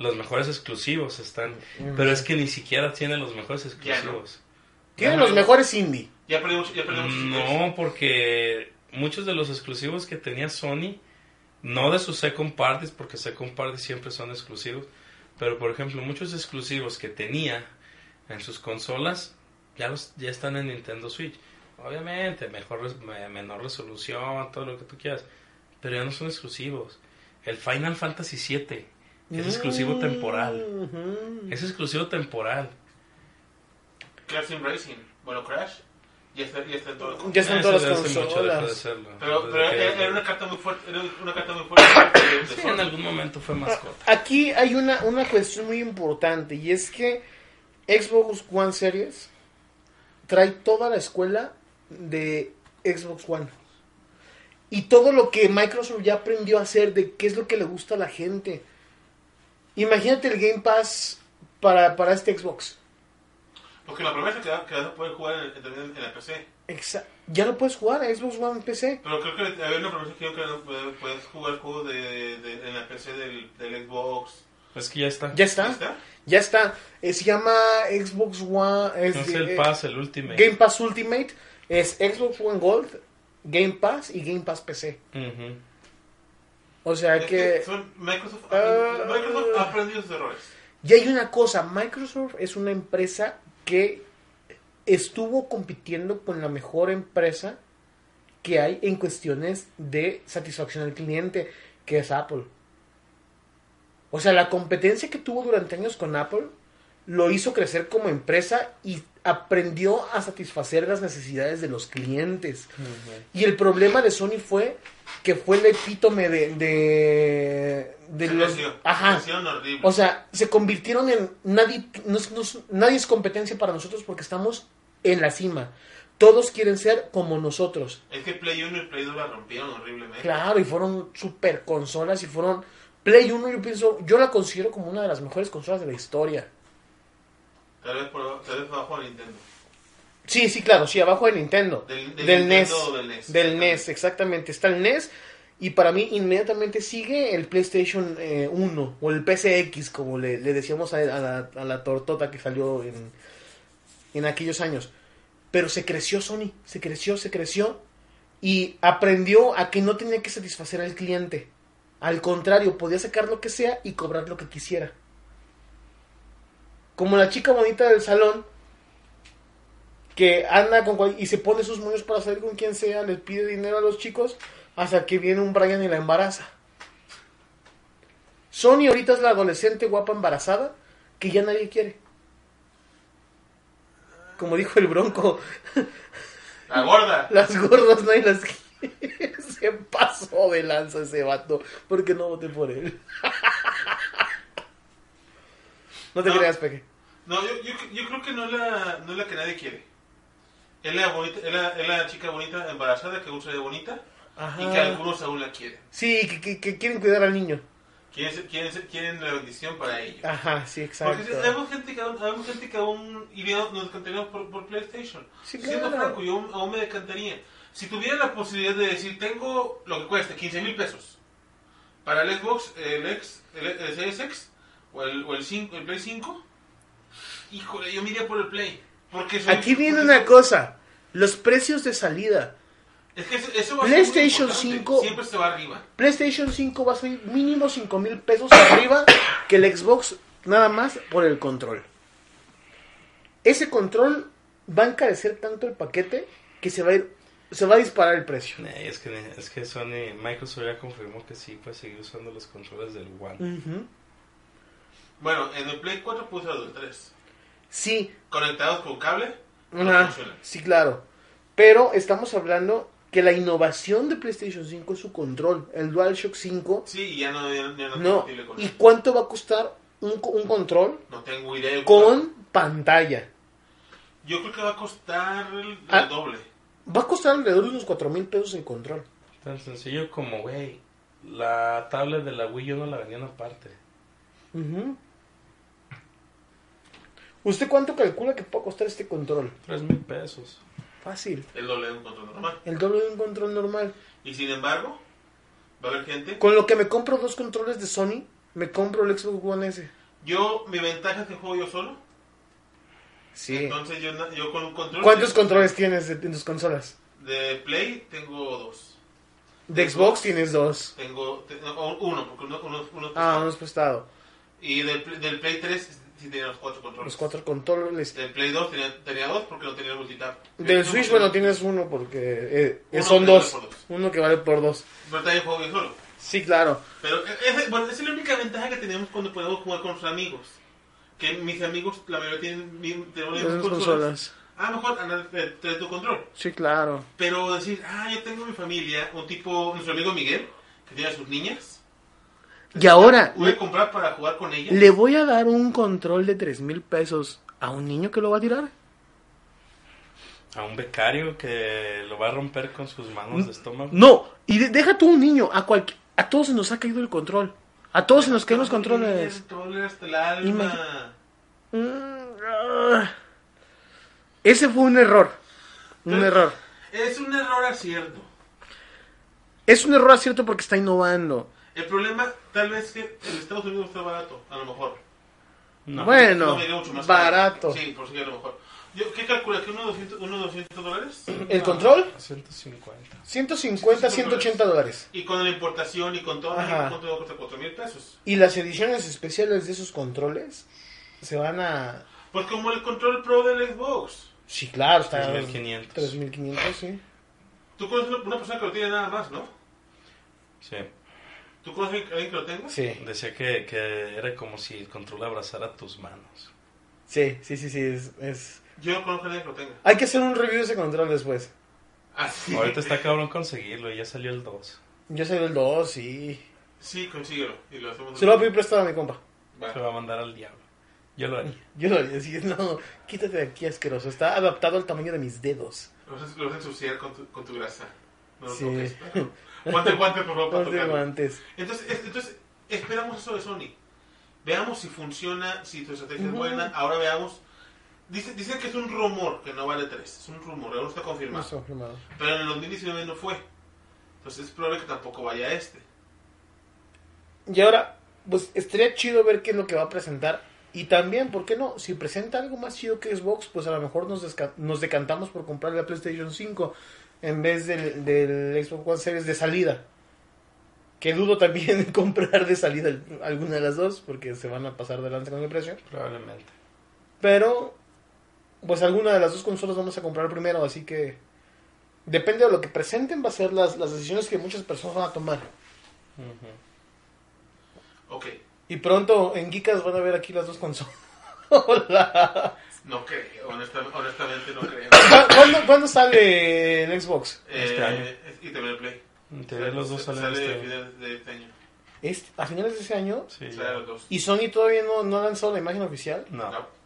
Speaker 3: Los mejores exclusivos están.
Speaker 2: Mm.
Speaker 3: Pero es que ni siquiera tiene los mejores exclusivos.
Speaker 2: tiene los mejores indie.
Speaker 4: Ya perdimos. Ya perdimos
Speaker 3: No, porque muchos de los exclusivos que tenía Sony, no de sus second parties, porque second parties siempre son exclusivos, pero por ejemplo, muchos exclusivos que tenía en sus consolas ya, los, ya están en Nintendo Switch. Obviamente, mejor, res- me- menor resolución, todo lo que tú quieras, pero ya no son exclusivos. El Final Fantasy VII es exclusivo temporal.
Speaker 2: Ujú.
Speaker 3: Es exclusivo temporal.
Speaker 4: Crash Team Racing. Bueno, Crash. Ya está, ya está en todo.
Speaker 2: Ya están
Speaker 3: Eso
Speaker 2: todas
Speaker 3: de
Speaker 2: las
Speaker 3: hace mucho dejó de
Speaker 2: consolas.
Speaker 3: serlo.
Speaker 4: Pero,
Speaker 3: Desde
Speaker 4: pero
Speaker 3: que-
Speaker 4: era era una carta muy fuerte. Era una carta muy fuerte. de- de
Speaker 3: Sí,
Speaker 4: Sony.
Speaker 3: en algún momento fue mascota.
Speaker 2: Aquí hay una, una cuestión muy importante y es que Xbox One Series trae toda la escuela de Xbox One. Y todo lo que Microsoft ya aprendió a hacer de qué es lo que le gusta a la gente. Imagínate el Game Pass para, para este Xbox.
Speaker 4: Porque la promesa es que, da- que vas a poder jugar en, también en la PC.
Speaker 2: Exa- ya lo puedes jugar a Xbox One PC.
Speaker 4: Pero creo que había una promesa que yo creo que puedes, puedes jugar juegos de, de, de- en la PC del, del Xbox.
Speaker 3: Es que ya está.
Speaker 2: Ya
Speaker 4: ¿Ya
Speaker 2: está,
Speaker 4: está?
Speaker 2: ya está. Eh, se llama Xbox One. es-
Speaker 3: No sé,
Speaker 2: eh,
Speaker 3: el Paz, el Ultimate.
Speaker 2: Game Pass Ultimate es Xbox One Gold, Game Pass y Game Pass PC.
Speaker 3: Ujú.
Speaker 2: O sea
Speaker 4: Es que
Speaker 2: que.
Speaker 4: son- Microsoft,
Speaker 2: Ah.
Speaker 4: Microsoft ha aprendido sus errores.
Speaker 2: Y hay una cosa: Microsoft es una empresa que estuvo compitiendo con la mejor empresa que hay en cuestiones de satisfacción al cliente, que es Apple. O sea, la competencia que tuvo durante años con Apple lo hizo crecer como empresa y aprendió a satisfacer las necesidades de los clientes. Y el problema de Sony fue que fue el epítome de. de, de
Speaker 4: Se
Speaker 2: los-
Speaker 4: creció.
Speaker 2: Ajá.
Speaker 4: Se hicieron horrible.
Speaker 2: O sea, se convirtieron en. Nadie, nos- nos- nadie es competencia para nosotros porque estamos en la cima. Todos quieren ser como nosotros.
Speaker 4: es que Play 1 y Play 2 la rompieron horriblemente.
Speaker 2: Claro, y fueron super consolas y fueron. Play 1, yo pienso. Yo la considero como una de las mejores consolas de la historia.
Speaker 4: Tal vez, por, tal vez bajo a Nintendo.
Speaker 2: Sí, sí, claro, sí, abajo de Nintendo.
Speaker 4: Del-
Speaker 2: Del, E
Speaker 4: del
Speaker 2: NES,
Speaker 4: Nintendo o del E NES,
Speaker 2: Del E NES, exactamente. Está el NES. Y para mí, inmediatamente sigue el PlayStation eh, 1 o el PSX, como le, le decíamos a, a la, a la tortota que salió en, en aquellos años. Pero se creció Sony, se creció, se creció. Y aprendió a que no tenía que satisfacer al cliente. Al contrario, podía sacar lo que sea y cobrar lo que quisiera. Como la chica bonita del salón que anda con cual- y se pone sus moños para salir con quien sea, les pide dinero a los chicos, hasta que viene un Brian y la embaraza. Sony ahorita es la adolescente guapa embarazada que ya nadie quiere. Como dijo el bronco, [laughs]
Speaker 4: La gorda.
Speaker 2: las gordas nadie las quiere. [laughs] Se pasó de lanza ese vato, porque no voté por él. [laughs] No te
Speaker 4: No.
Speaker 2: creas, Peque.
Speaker 4: No, yo, yo, yo creo que no es la, no es la que nadie quiere. Es la, bonita, es, la, es la chica bonita embarazada que usa de bonita y que
Speaker 2: Ajá.
Speaker 4: algunos aún la quieren.
Speaker 2: Sí, que, que- que quieren cuidar al niño.
Speaker 4: Quieren, ser- quieren, ser- quieren la bendición para ellos.
Speaker 2: Ajá, sí, exacto.
Speaker 4: Porque si, hay gente que aún, hay gente que aún y veo- nos decantaríamos por, por PlayStation.
Speaker 2: Sí,
Speaker 4: Siendo
Speaker 2: claro.
Speaker 4: franco, yo aún- aún me decantaría. Si tuviera la posibilidad de decir, tengo lo que cueste, 15 mil pesos. Para el Xbox, el, X, el, el Series X o el, o el, 5, el Play 5, híjole, yo me iría por el Play. Porque soy-
Speaker 2: Aquí viene
Speaker 4: porque-
Speaker 2: una cosa, los precios de salida.
Speaker 4: Es que eso, eso va a ser muy
Speaker 2: PlayStation
Speaker 4: importante,
Speaker 2: 5
Speaker 4: Siempre se va arriba.
Speaker 2: PlayStation 5 va a salir mínimo 5 mil pesos arriba que el Xbox nada más por el control. Ese control va a encarecer tanto el paquete que se va a, ir- se va a disparar el precio.
Speaker 3: Nah, es, que, es que Sony, Microsoft ya confirmó que sí puede seguir usando los controles del One.
Speaker 2: Ujú.
Speaker 4: Bueno, en el Play 4 puse el 3.
Speaker 2: Sí,
Speaker 4: Conectados con cable, no
Speaker 2: ajá,
Speaker 4: funciona.
Speaker 2: sí, claro. Pero estamos hablando que la innovación de PlayStation 5 es su control. El DualShock 5,
Speaker 4: Sí, y ya no, ya, ya no, es
Speaker 2: no.
Speaker 4: compatible con
Speaker 2: ¿Y
Speaker 4: él.
Speaker 2: cuánto va a costar un, co- un control
Speaker 4: No tengo idea. de cuánto.
Speaker 2: con pantalla?
Speaker 4: Yo creo que va a costar el, el
Speaker 2: Ah.
Speaker 4: doble.
Speaker 2: Va a costar alrededor de unos 4 mil pesos el control.
Speaker 3: Tan sencillo como, güey, la tablet de la Wii yo no la vendían aparte.
Speaker 2: Ujú. ¿Usted cuánto calcula que puede costar este control?
Speaker 3: Tres mil pesos.
Speaker 2: Fácil.
Speaker 4: El doble de un control normal.
Speaker 2: El doble de un control normal.
Speaker 4: Y sin embargo, va a haber gente.
Speaker 2: Con lo que me compro dos controles de Sony, me compro el Xbox One S.
Speaker 4: Yo, mi ventaja es que juego yo solo.
Speaker 2: Sí.
Speaker 4: Entonces, yo, na- yo con un control.
Speaker 2: ¿Cuántos
Speaker 4: de,
Speaker 2: controles tienes de- en tus consolas?
Speaker 4: De Play tengo dos.
Speaker 2: De Xbox tienes dos.
Speaker 4: Tengo. te- no, o uno, porque uno. uno, uno-
Speaker 2: Ah, uno es prestado.
Speaker 4: Y del, Play- del Play 3 sí tenía los cuatro controles.
Speaker 2: Los cuatro controles.
Speaker 4: Del Play 2 tenía, tenía dos porque no tenía el multitap.
Speaker 2: Del
Speaker 4: Yo
Speaker 2: Switch,
Speaker 4: tengo-
Speaker 2: bueno, tienes uno porque eh, eh,
Speaker 4: Uno
Speaker 2: son
Speaker 4: que vale
Speaker 2: dos.
Speaker 4: por dos.
Speaker 2: Uno que vale por dos.
Speaker 4: Pero también juego yo solo.
Speaker 2: Sí, claro.
Speaker 4: Pero eh, ese- bueno, esa es la única ventaja que tenemos cuando podemos jugar con nuestros amigos. Que mis amigos, la mayoría tienen, mi- tenemos las
Speaker 2: Las
Speaker 4: mismas
Speaker 2: dos
Speaker 4: consolas.
Speaker 2: consolas.
Speaker 4: A lo mejor andar eh, trae tu control.
Speaker 2: Sí, claro.
Speaker 4: Pero decir, ah, yo tengo mi familia, un tipo, nuestro amigo Miguel, que tiene a sus niñas.
Speaker 2: Y ahora,
Speaker 4: Voy a comprar para jugar con ellas.
Speaker 2: ¿Le voy a dar un control de tres mil pesos a un niño que lo va a tirar?
Speaker 3: A un becario que lo va a romper con sus manos de estómago.
Speaker 2: No, y de- deja tú un niño, a cualquier, a todos se nos ha caído el control. A todos se nos caen los controles.
Speaker 4: Tiene controles hasta el alma.
Speaker 2: Mm, ah. Ese fue un error. Un
Speaker 4: Pero-
Speaker 2: error.
Speaker 4: Es un error acierto.
Speaker 2: Es un error acierto porque está innovando.
Speaker 4: El problema, tal vez que en Estados Unidos está barato, a lo mejor.
Speaker 3: No.
Speaker 2: Mm. Bueno,
Speaker 4: No, me diga mucho más caro.
Speaker 2: barato.
Speaker 4: Sí, por si a lo mejor. Yo, ¿Qué calcula? ¿Que unos 200, unos 200 dólares?
Speaker 2: ¿El control?
Speaker 3: 150.
Speaker 2: 150, 180 dólares.
Speaker 4: Y con la importación y con todo,
Speaker 2: Ajá.
Speaker 4: ¿cuánto va a costar? 4 mil pesos.
Speaker 2: Y las ediciones especiales de esos controles se van a...
Speaker 4: Pues como el control pro del Xbox.
Speaker 2: Sí, claro, está...
Speaker 3: 3,500.
Speaker 2: 3.500, sí.
Speaker 4: Tú conoces una- una persona que lo tiene nada más, ¿no?
Speaker 3: Sí.
Speaker 4: ¿Tú conoces a alguien que lo tenga?
Speaker 2: Sí.
Speaker 3: Decía que, que era como si el control abrazara tus manos.
Speaker 2: Sí, sí, sí, sí, es, es-
Speaker 4: Yo no conozco a alguien que lo tenga.
Speaker 2: Hay que hacer un review de ese control después. Ah,
Speaker 4: [laughs] Así.
Speaker 3: Ahorita está cabrón conseguirlo y ya salió el 2.
Speaker 2: Yo sé el 2 y...
Speaker 4: Sí, consíguelo. Y lo hacemos.
Speaker 2: Se lo voy a pedir prestado a mi compa.
Speaker 3: Se
Speaker 4: Bueno,
Speaker 3: va a mandar al diablo. Yo lo haría.
Speaker 2: Yo lo voy a decir, no, quítate de aquí asqueroso. Está adaptado al tamaño de mis dedos.
Speaker 4: lo vas a- lo vas a ensuciar con tu, con tu grasa. No lo
Speaker 2: Sí. [laughs]
Speaker 4: toques, claro. Guante, guante, por favor, para
Speaker 2: Ponte
Speaker 4: tocarlo.
Speaker 2: guantes.
Speaker 4: Entonces, es- entonces, esperamos eso de Sony. Veamos si funciona, si tu estrategia es
Speaker 2: Ujú.
Speaker 4: buena. Ahora veamos. Dice- dicen que es un rumor, que no vale tres. Es un rumor, aún no está
Speaker 2: No
Speaker 4: confirmado.
Speaker 2: está firmado.
Speaker 4: Pero en el 2019 no fue. Entonces es probable que tampoco vaya este.
Speaker 2: Y ahora, pues estaría chido ver qué es lo que va a presentar. Y también, ¿por qué no? Si presenta algo más chido que Xbox, pues a lo mejor nos, desca- nos decantamos por comprar la PlayStation 5 en vez del, del Xbox One Series de salida. Que dudo también [laughs] comprar de salida el- alguna de las dos, porque se van a pasar de lanza con el precio.
Speaker 3: Probablemente.
Speaker 2: Pero pues alguna de las dos consolas vamos a comprar primero, así que depende de lo que presenten va a ser las, las decisiones que muchas personas van a tomar.
Speaker 4: Ok,
Speaker 2: Y pronto en Geekas van a ver aquí las dos consolas. [laughs]
Speaker 4: no creo, honestamente, honestamente no creo.
Speaker 2: ¿Cuándo, cuándo sale en Xbox?
Speaker 3: Este año.
Speaker 4: Eh, y también el Play.
Speaker 3: Te ves los dos salen
Speaker 4: sale
Speaker 3: este
Speaker 4: a
Speaker 3: año.
Speaker 4: finales de este año.
Speaker 2: Este- a finales de ese año.
Speaker 3: Sí,
Speaker 4: Sale a
Speaker 3: ya.
Speaker 4: los dos.
Speaker 2: Y Sony todavía no, no ha lanzado la imagen oficial.
Speaker 3: No.
Speaker 4: No.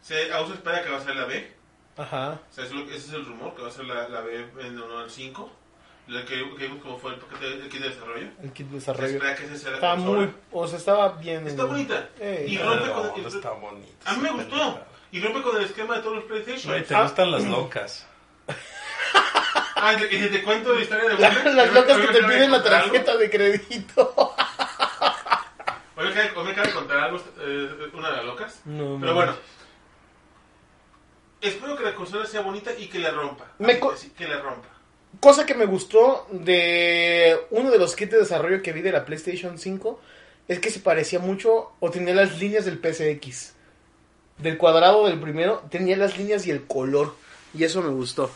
Speaker 4: Se, aún se espera que va a ser la B.
Speaker 2: Ajá.
Speaker 4: O sea, es lo- ese es el rumor, que va a ser la, la B en honor al 5. La que, que vimos como fue el paquete el kit de desarrollo.
Speaker 2: El kit de
Speaker 4: Se
Speaker 2: desarrollo.
Speaker 4: espera que ese sea la
Speaker 2: Está
Speaker 4: consola.
Speaker 2: muy. O sea, estaba bien.
Speaker 4: Está bonita.
Speaker 2: Eh,
Speaker 4: y
Speaker 2: no,
Speaker 4: rompe
Speaker 3: No,
Speaker 4: con, y-
Speaker 3: está bonito.
Speaker 4: a mí me gustó. Y rompe con el esquema de todos los PlayStation.
Speaker 3: Güey, te
Speaker 2: Ah.
Speaker 3: gustan las locas.
Speaker 4: Ah, y te, y te cuento
Speaker 2: [laughs]
Speaker 4: la historia de
Speaker 2: [laughs] Las,
Speaker 4: Wolverine.
Speaker 2: las
Speaker 4: Hoy me-
Speaker 2: locas
Speaker 4: hoy
Speaker 2: que
Speaker 4: me
Speaker 2: te
Speaker 4: acaba de
Speaker 2: piden la
Speaker 4: contar algo.
Speaker 2: tarjeta de crédito.
Speaker 4: Hoy me acaba- hoy me acaba de contar algo, eh, una de las locas.
Speaker 2: No,
Speaker 4: Pero bueno. Espero que la consola sea bonita y que la rompa.
Speaker 2: Me
Speaker 4: Así-
Speaker 2: co-
Speaker 4: así que la rompa.
Speaker 2: Cosa que me gustó de uno de los kits de desarrollo que vi de la PlayStation 5 es que se parecía mucho o tenía las líneas del PSX. Del cuadrado del primero tenía las líneas y el color. Y eso me gustó.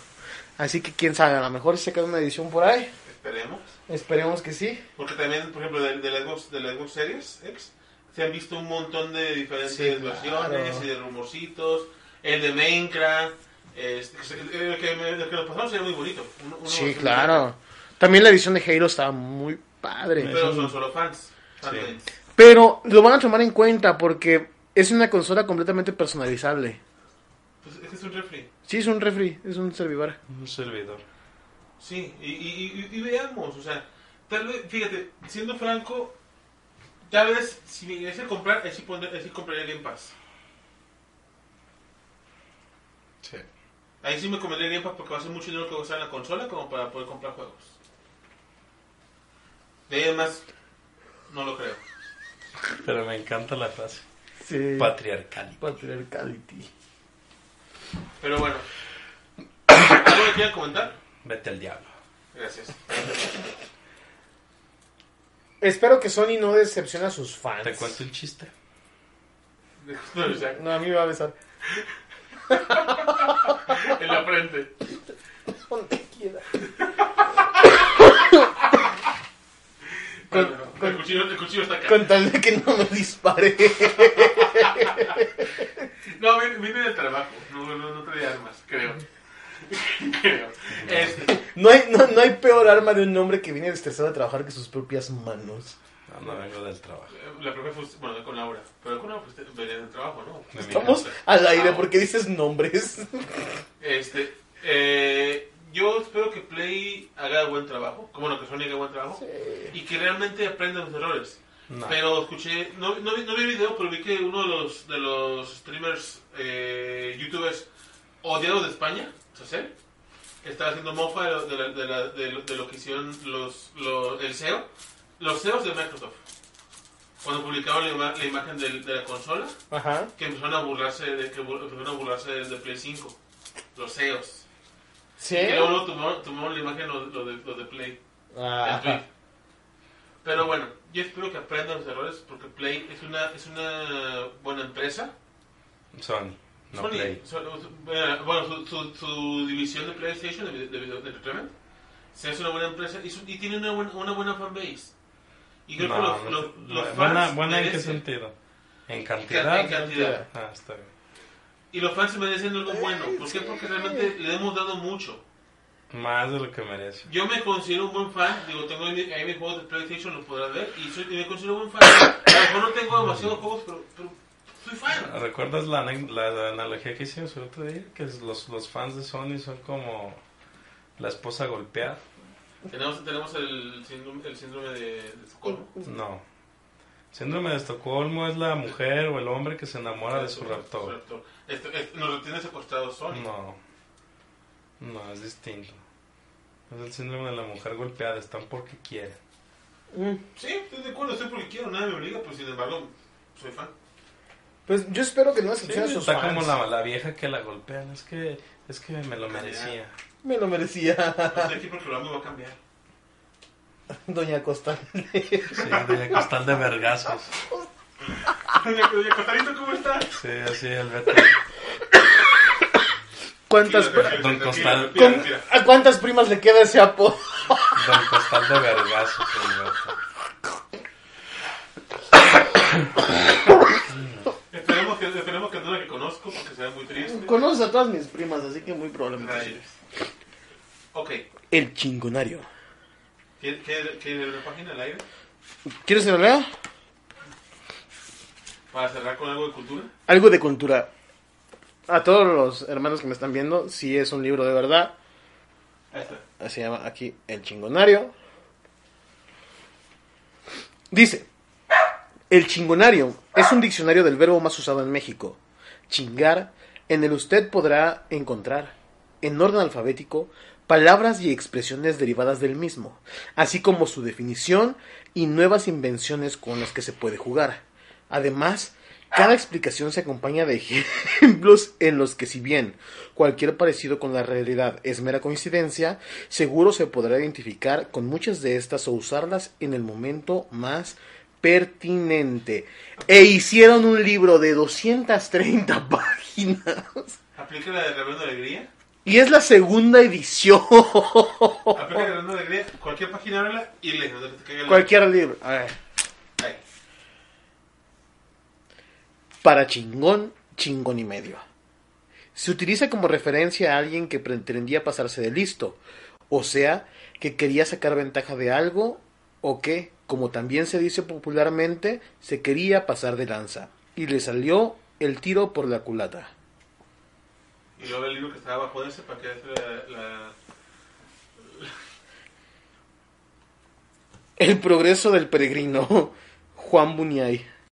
Speaker 2: Así que quién sabe, a lo mejor se queda una edición por ahí.
Speaker 4: Esperemos.
Speaker 2: Esperemos que sí.
Speaker 4: Porque también, por ejemplo, de, de, las, Xbox- de las Xbox Series X se han visto un montón de diferentes
Speaker 2: Sí,
Speaker 4: versiones
Speaker 2: claro.
Speaker 4: y de rumorcitos. El de Minecraft. este, que se- el, que me- el que nos pasamos era muy bonito. uno- uno
Speaker 2: Sí,
Speaker 4: bastante
Speaker 2: claro. También la edición de Halo estaba muy
Speaker 4: bonito,
Speaker 2: padre.
Speaker 4: Pero son solo fans.
Speaker 3: Sí.
Speaker 4: fans.
Speaker 2: Pero lo van a tomar en cuenta porque es una consola completamente personalizable.
Speaker 4: Pues es que es un refri.
Speaker 2: Sí, es un refri, es un servidor.
Speaker 3: Un servidor.
Speaker 4: Sí, y, y, y- y veamos, o sea, tal vez, fíjate, siendo franco, tal vez si me llegase a comprar, ahí sí, pondré- ahí sí compraría el Game Pass.
Speaker 3: Sí.
Speaker 4: Ahí sí me compraría el Game Pass porque va a ser mucho dinero que va a gastar en la consola como para poder comprar juegos. De ahí además, no lo creo.
Speaker 3: Pero me encanta la frase.
Speaker 2: Sí.
Speaker 3: Patriarcal.
Speaker 2: Patriarcality.
Speaker 4: Pero bueno, ¿algo que quieran comentar?
Speaker 3: Vete al diablo.
Speaker 4: Gracias.
Speaker 2: Espero que Sony no decepcione a sus fans.
Speaker 3: Te cuento un chiste.
Speaker 4: [laughs] No, o sea,
Speaker 2: No, a mí me va a besar.
Speaker 4: en la frente.
Speaker 2: Donde quiera.
Speaker 4: Bueno, el, cuchillo, el cuchillo está
Speaker 2: [laughs]
Speaker 4: acá.
Speaker 2: Con tal de que no me dispare.
Speaker 4: No, vine, vine de trabajo, no, no, no traía armas, creo. [laughs] creo. Este,
Speaker 2: No hay, no, no hay peor arma de un hombre que viene estresado a trabajar que sus propias manos.
Speaker 3: No, no vengo del trabajo.
Speaker 4: la propia fue, bueno, con Laura, pero con Laura fuiste, venía del trabajo, ¿no?
Speaker 3: De mi
Speaker 2: Estamos
Speaker 3: casa.
Speaker 2: al aire
Speaker 4: Ah.
Speaker 2: porque dices nombres.
Speaker 4: Este, eh, yo espero que Play haga buen trabajo, como bueno, que Sony haga buen trabajo,
Speaker 2: Eh.
Speaker 4: y que realmente aprenda los errores.
Speaker 3: No.
Speaker 4: Pero escuché, no, no, vi- no vi el video, pero vi que uno de los, de los streamers, eh, youtubers odiados de España, Sacer, estaba haciendo mofa de lo, de la- de la- de lo- de lo que hicieron los, los- el CEO, los CEOs de Microsoft. Cuando publicaron la, ima- la imagen del- de la consola,
Speaker 2: Ajá.
Speaker 4: que empezaron a burlarse de, que bur- empezaron a burlarse del de Play 5, los CEOs.
Speaker 2: ¿Sí?
Speaker 4: Y luego luego tomaron, tomaron la imagen los los de, los de Play.
Speaker 2: Ah, Ajá.
Speaker 4: El tweet. Pero bueno, yo espero que aprendan los errores porque Play es una, es una buena empresa.
Speaker 3: Sony. No
Speaker 4: Sony,
Speaker 3: Play.
Speaker 4: so- so- bueno, su, su- su división de PlayStation, de, video- de video- de entertainment, sí es una buena empresa y, su- y tiene una buena, una buena fanbase. Y creo
Speaker 3: No,
Speaker 4: que los,
Speaker 3: no
Speaker 4: los-
Speaker 3: sé.
Speaker 4: los fans
Speaker 3: buena, buena en qué
Speaker 4: merecen-
Speaker 3: sentido. En
Speaker 4: ca-
Speaker 3: cantidad.
Speaker 4: en cantidad.
Speaker 3: Ah, está bien.
Speaker 4: Y los fans merecen algo bueno. ¿Por qué? Porque realmente le hemos dado mucho.
Speaker 3: Más de lo que merece.
Speaker 4: Yo me considero un buen fan, digo, tengo ahí, mi- ahí mis juegos de PlayStation, los podrás ver, y, soy, y me considero un buen fan. A lo mejor no tengo demasiados
Speaker 3: Mm.
Speaker 4: juegos, pero, pero soy fan.
Speaker 3: ¿Recuerdas la, ane- la- la analogía que hicimos el otro día? Que es los, los fans de Sony son como la esposa golpeada.
Speaker 4: Tenemos, tenemos el, síndrome, el síndrome de, de Estocolmo.
Speaker 3: No. Síndrome de Estocolmo es la mujer o el hombre que se enamora de su raptor. Mm.
Speaker 4: Este- este- nos retienes acostados Sony.
Speaker 3: No. No, es distinto. Es el síndrome de la mujer golpeada. Están porque quieren.
Speaker 2: Mm.
Speaker 4: Sí, estoy de acuerdo, estoy porque quiero, nada me obliga, pero sin embargo,
Speaker 3: [laughs]
Speaker 4: soy fan.
Speaker 2: Pues yo espero que no
Speaker 3: Sí,
Speaker 2: decepcione a sus
Speaker 3: está
Speaker 2: fans.
Speaker 3: como la, la vieja que la golpean. Es que, es que me lo merecía.
Speaker 2: Me lo merecía. [laughs]
Speaker 4: Estoy aquí porque Este lo amo y va a cambiar. [laughs]
Speaker 2: Doña Costa.
Speaker 3: Sí, de costal de vergazos.
Speaker 4: Doña Cotarito, ¿cómo estás?
Speaker 3: Sí, así el Beto.
Speaker 2: cuántas,
Speaker 4: Mira,
Speaker 2: pri-
Speaker 3: Don
Speaker 4: mira,
Speaker 3: Costal.
Speaker 4: mira,
Speaker 2: con-
Speaker 4: mira.
Speaker 2: ¿a cuántas primas le queda ese apodo?
Speaker 3: Don Costal de vergazos, el vato.
Speaker 4: Esperemos que, esperemos que no la que conozco porque sea muy triste.
Speaker 2: Conoces a todas mis primas, así que muy probablemente. sí.
Speaker 4: Ay. Ok,
Speaker 2: El chingonario.
Speaker 4: ¿quieres quiere, quiere leer la página al aire?
Speaker 2: ¿Quieres que lo lea?
Speaker 4: Para cerrar con algo de cultura.
Speaker 2: Algo de cultura. A todos los hermanos que me están viendo, si es un libro de verdad,
Speaker 4: Ahí está.
Speaker 2: se llama aquí El Chingonario. Dice, El Chingonario es un diccionario del verbo más usado en México. Chingar, en el usted podrá encontrar, en orden alfabético, palabras y expresiones derivadas del mismo, así como su definición y nuevas invenciones con las que se puede jugar. Además, cada explicación se acompaña de [laughs] ejemplos en los que si bien cualquier parecido con la realidad es mera coincidencia, seguro se podrá identificar con muchas de estas o usarlas en el momento más pertinente. E hicieron un libro de 230 [laughs] páginas.
Speaker 4: Aplica la de Reverendo Alegría.
Speaker 2: Y es la segunda edición. [laughs] Oh,
Speaker 4: Aplica la de Reverendo Alegría. Cualquier página ábrela y lee. No te caiga la-
Speaker 2: Cualquier libro. A ver.
Speaker 4: Ahí.
Speaker 2: para chingón, chingón y medio. Se utiliza como referencia a alguien que pretendía pasarse de listo, o sea, que quería sacar ventaja de algo o que, como también se dice popularmente, se quería pasar de lanza y le salió el tiro por la culata.
Speaker 4: Y luego el libro que estaba abajo de ese para que hace la, la-
Speaker 2: El progreso del peregrino, [laughs] Juan Buñay.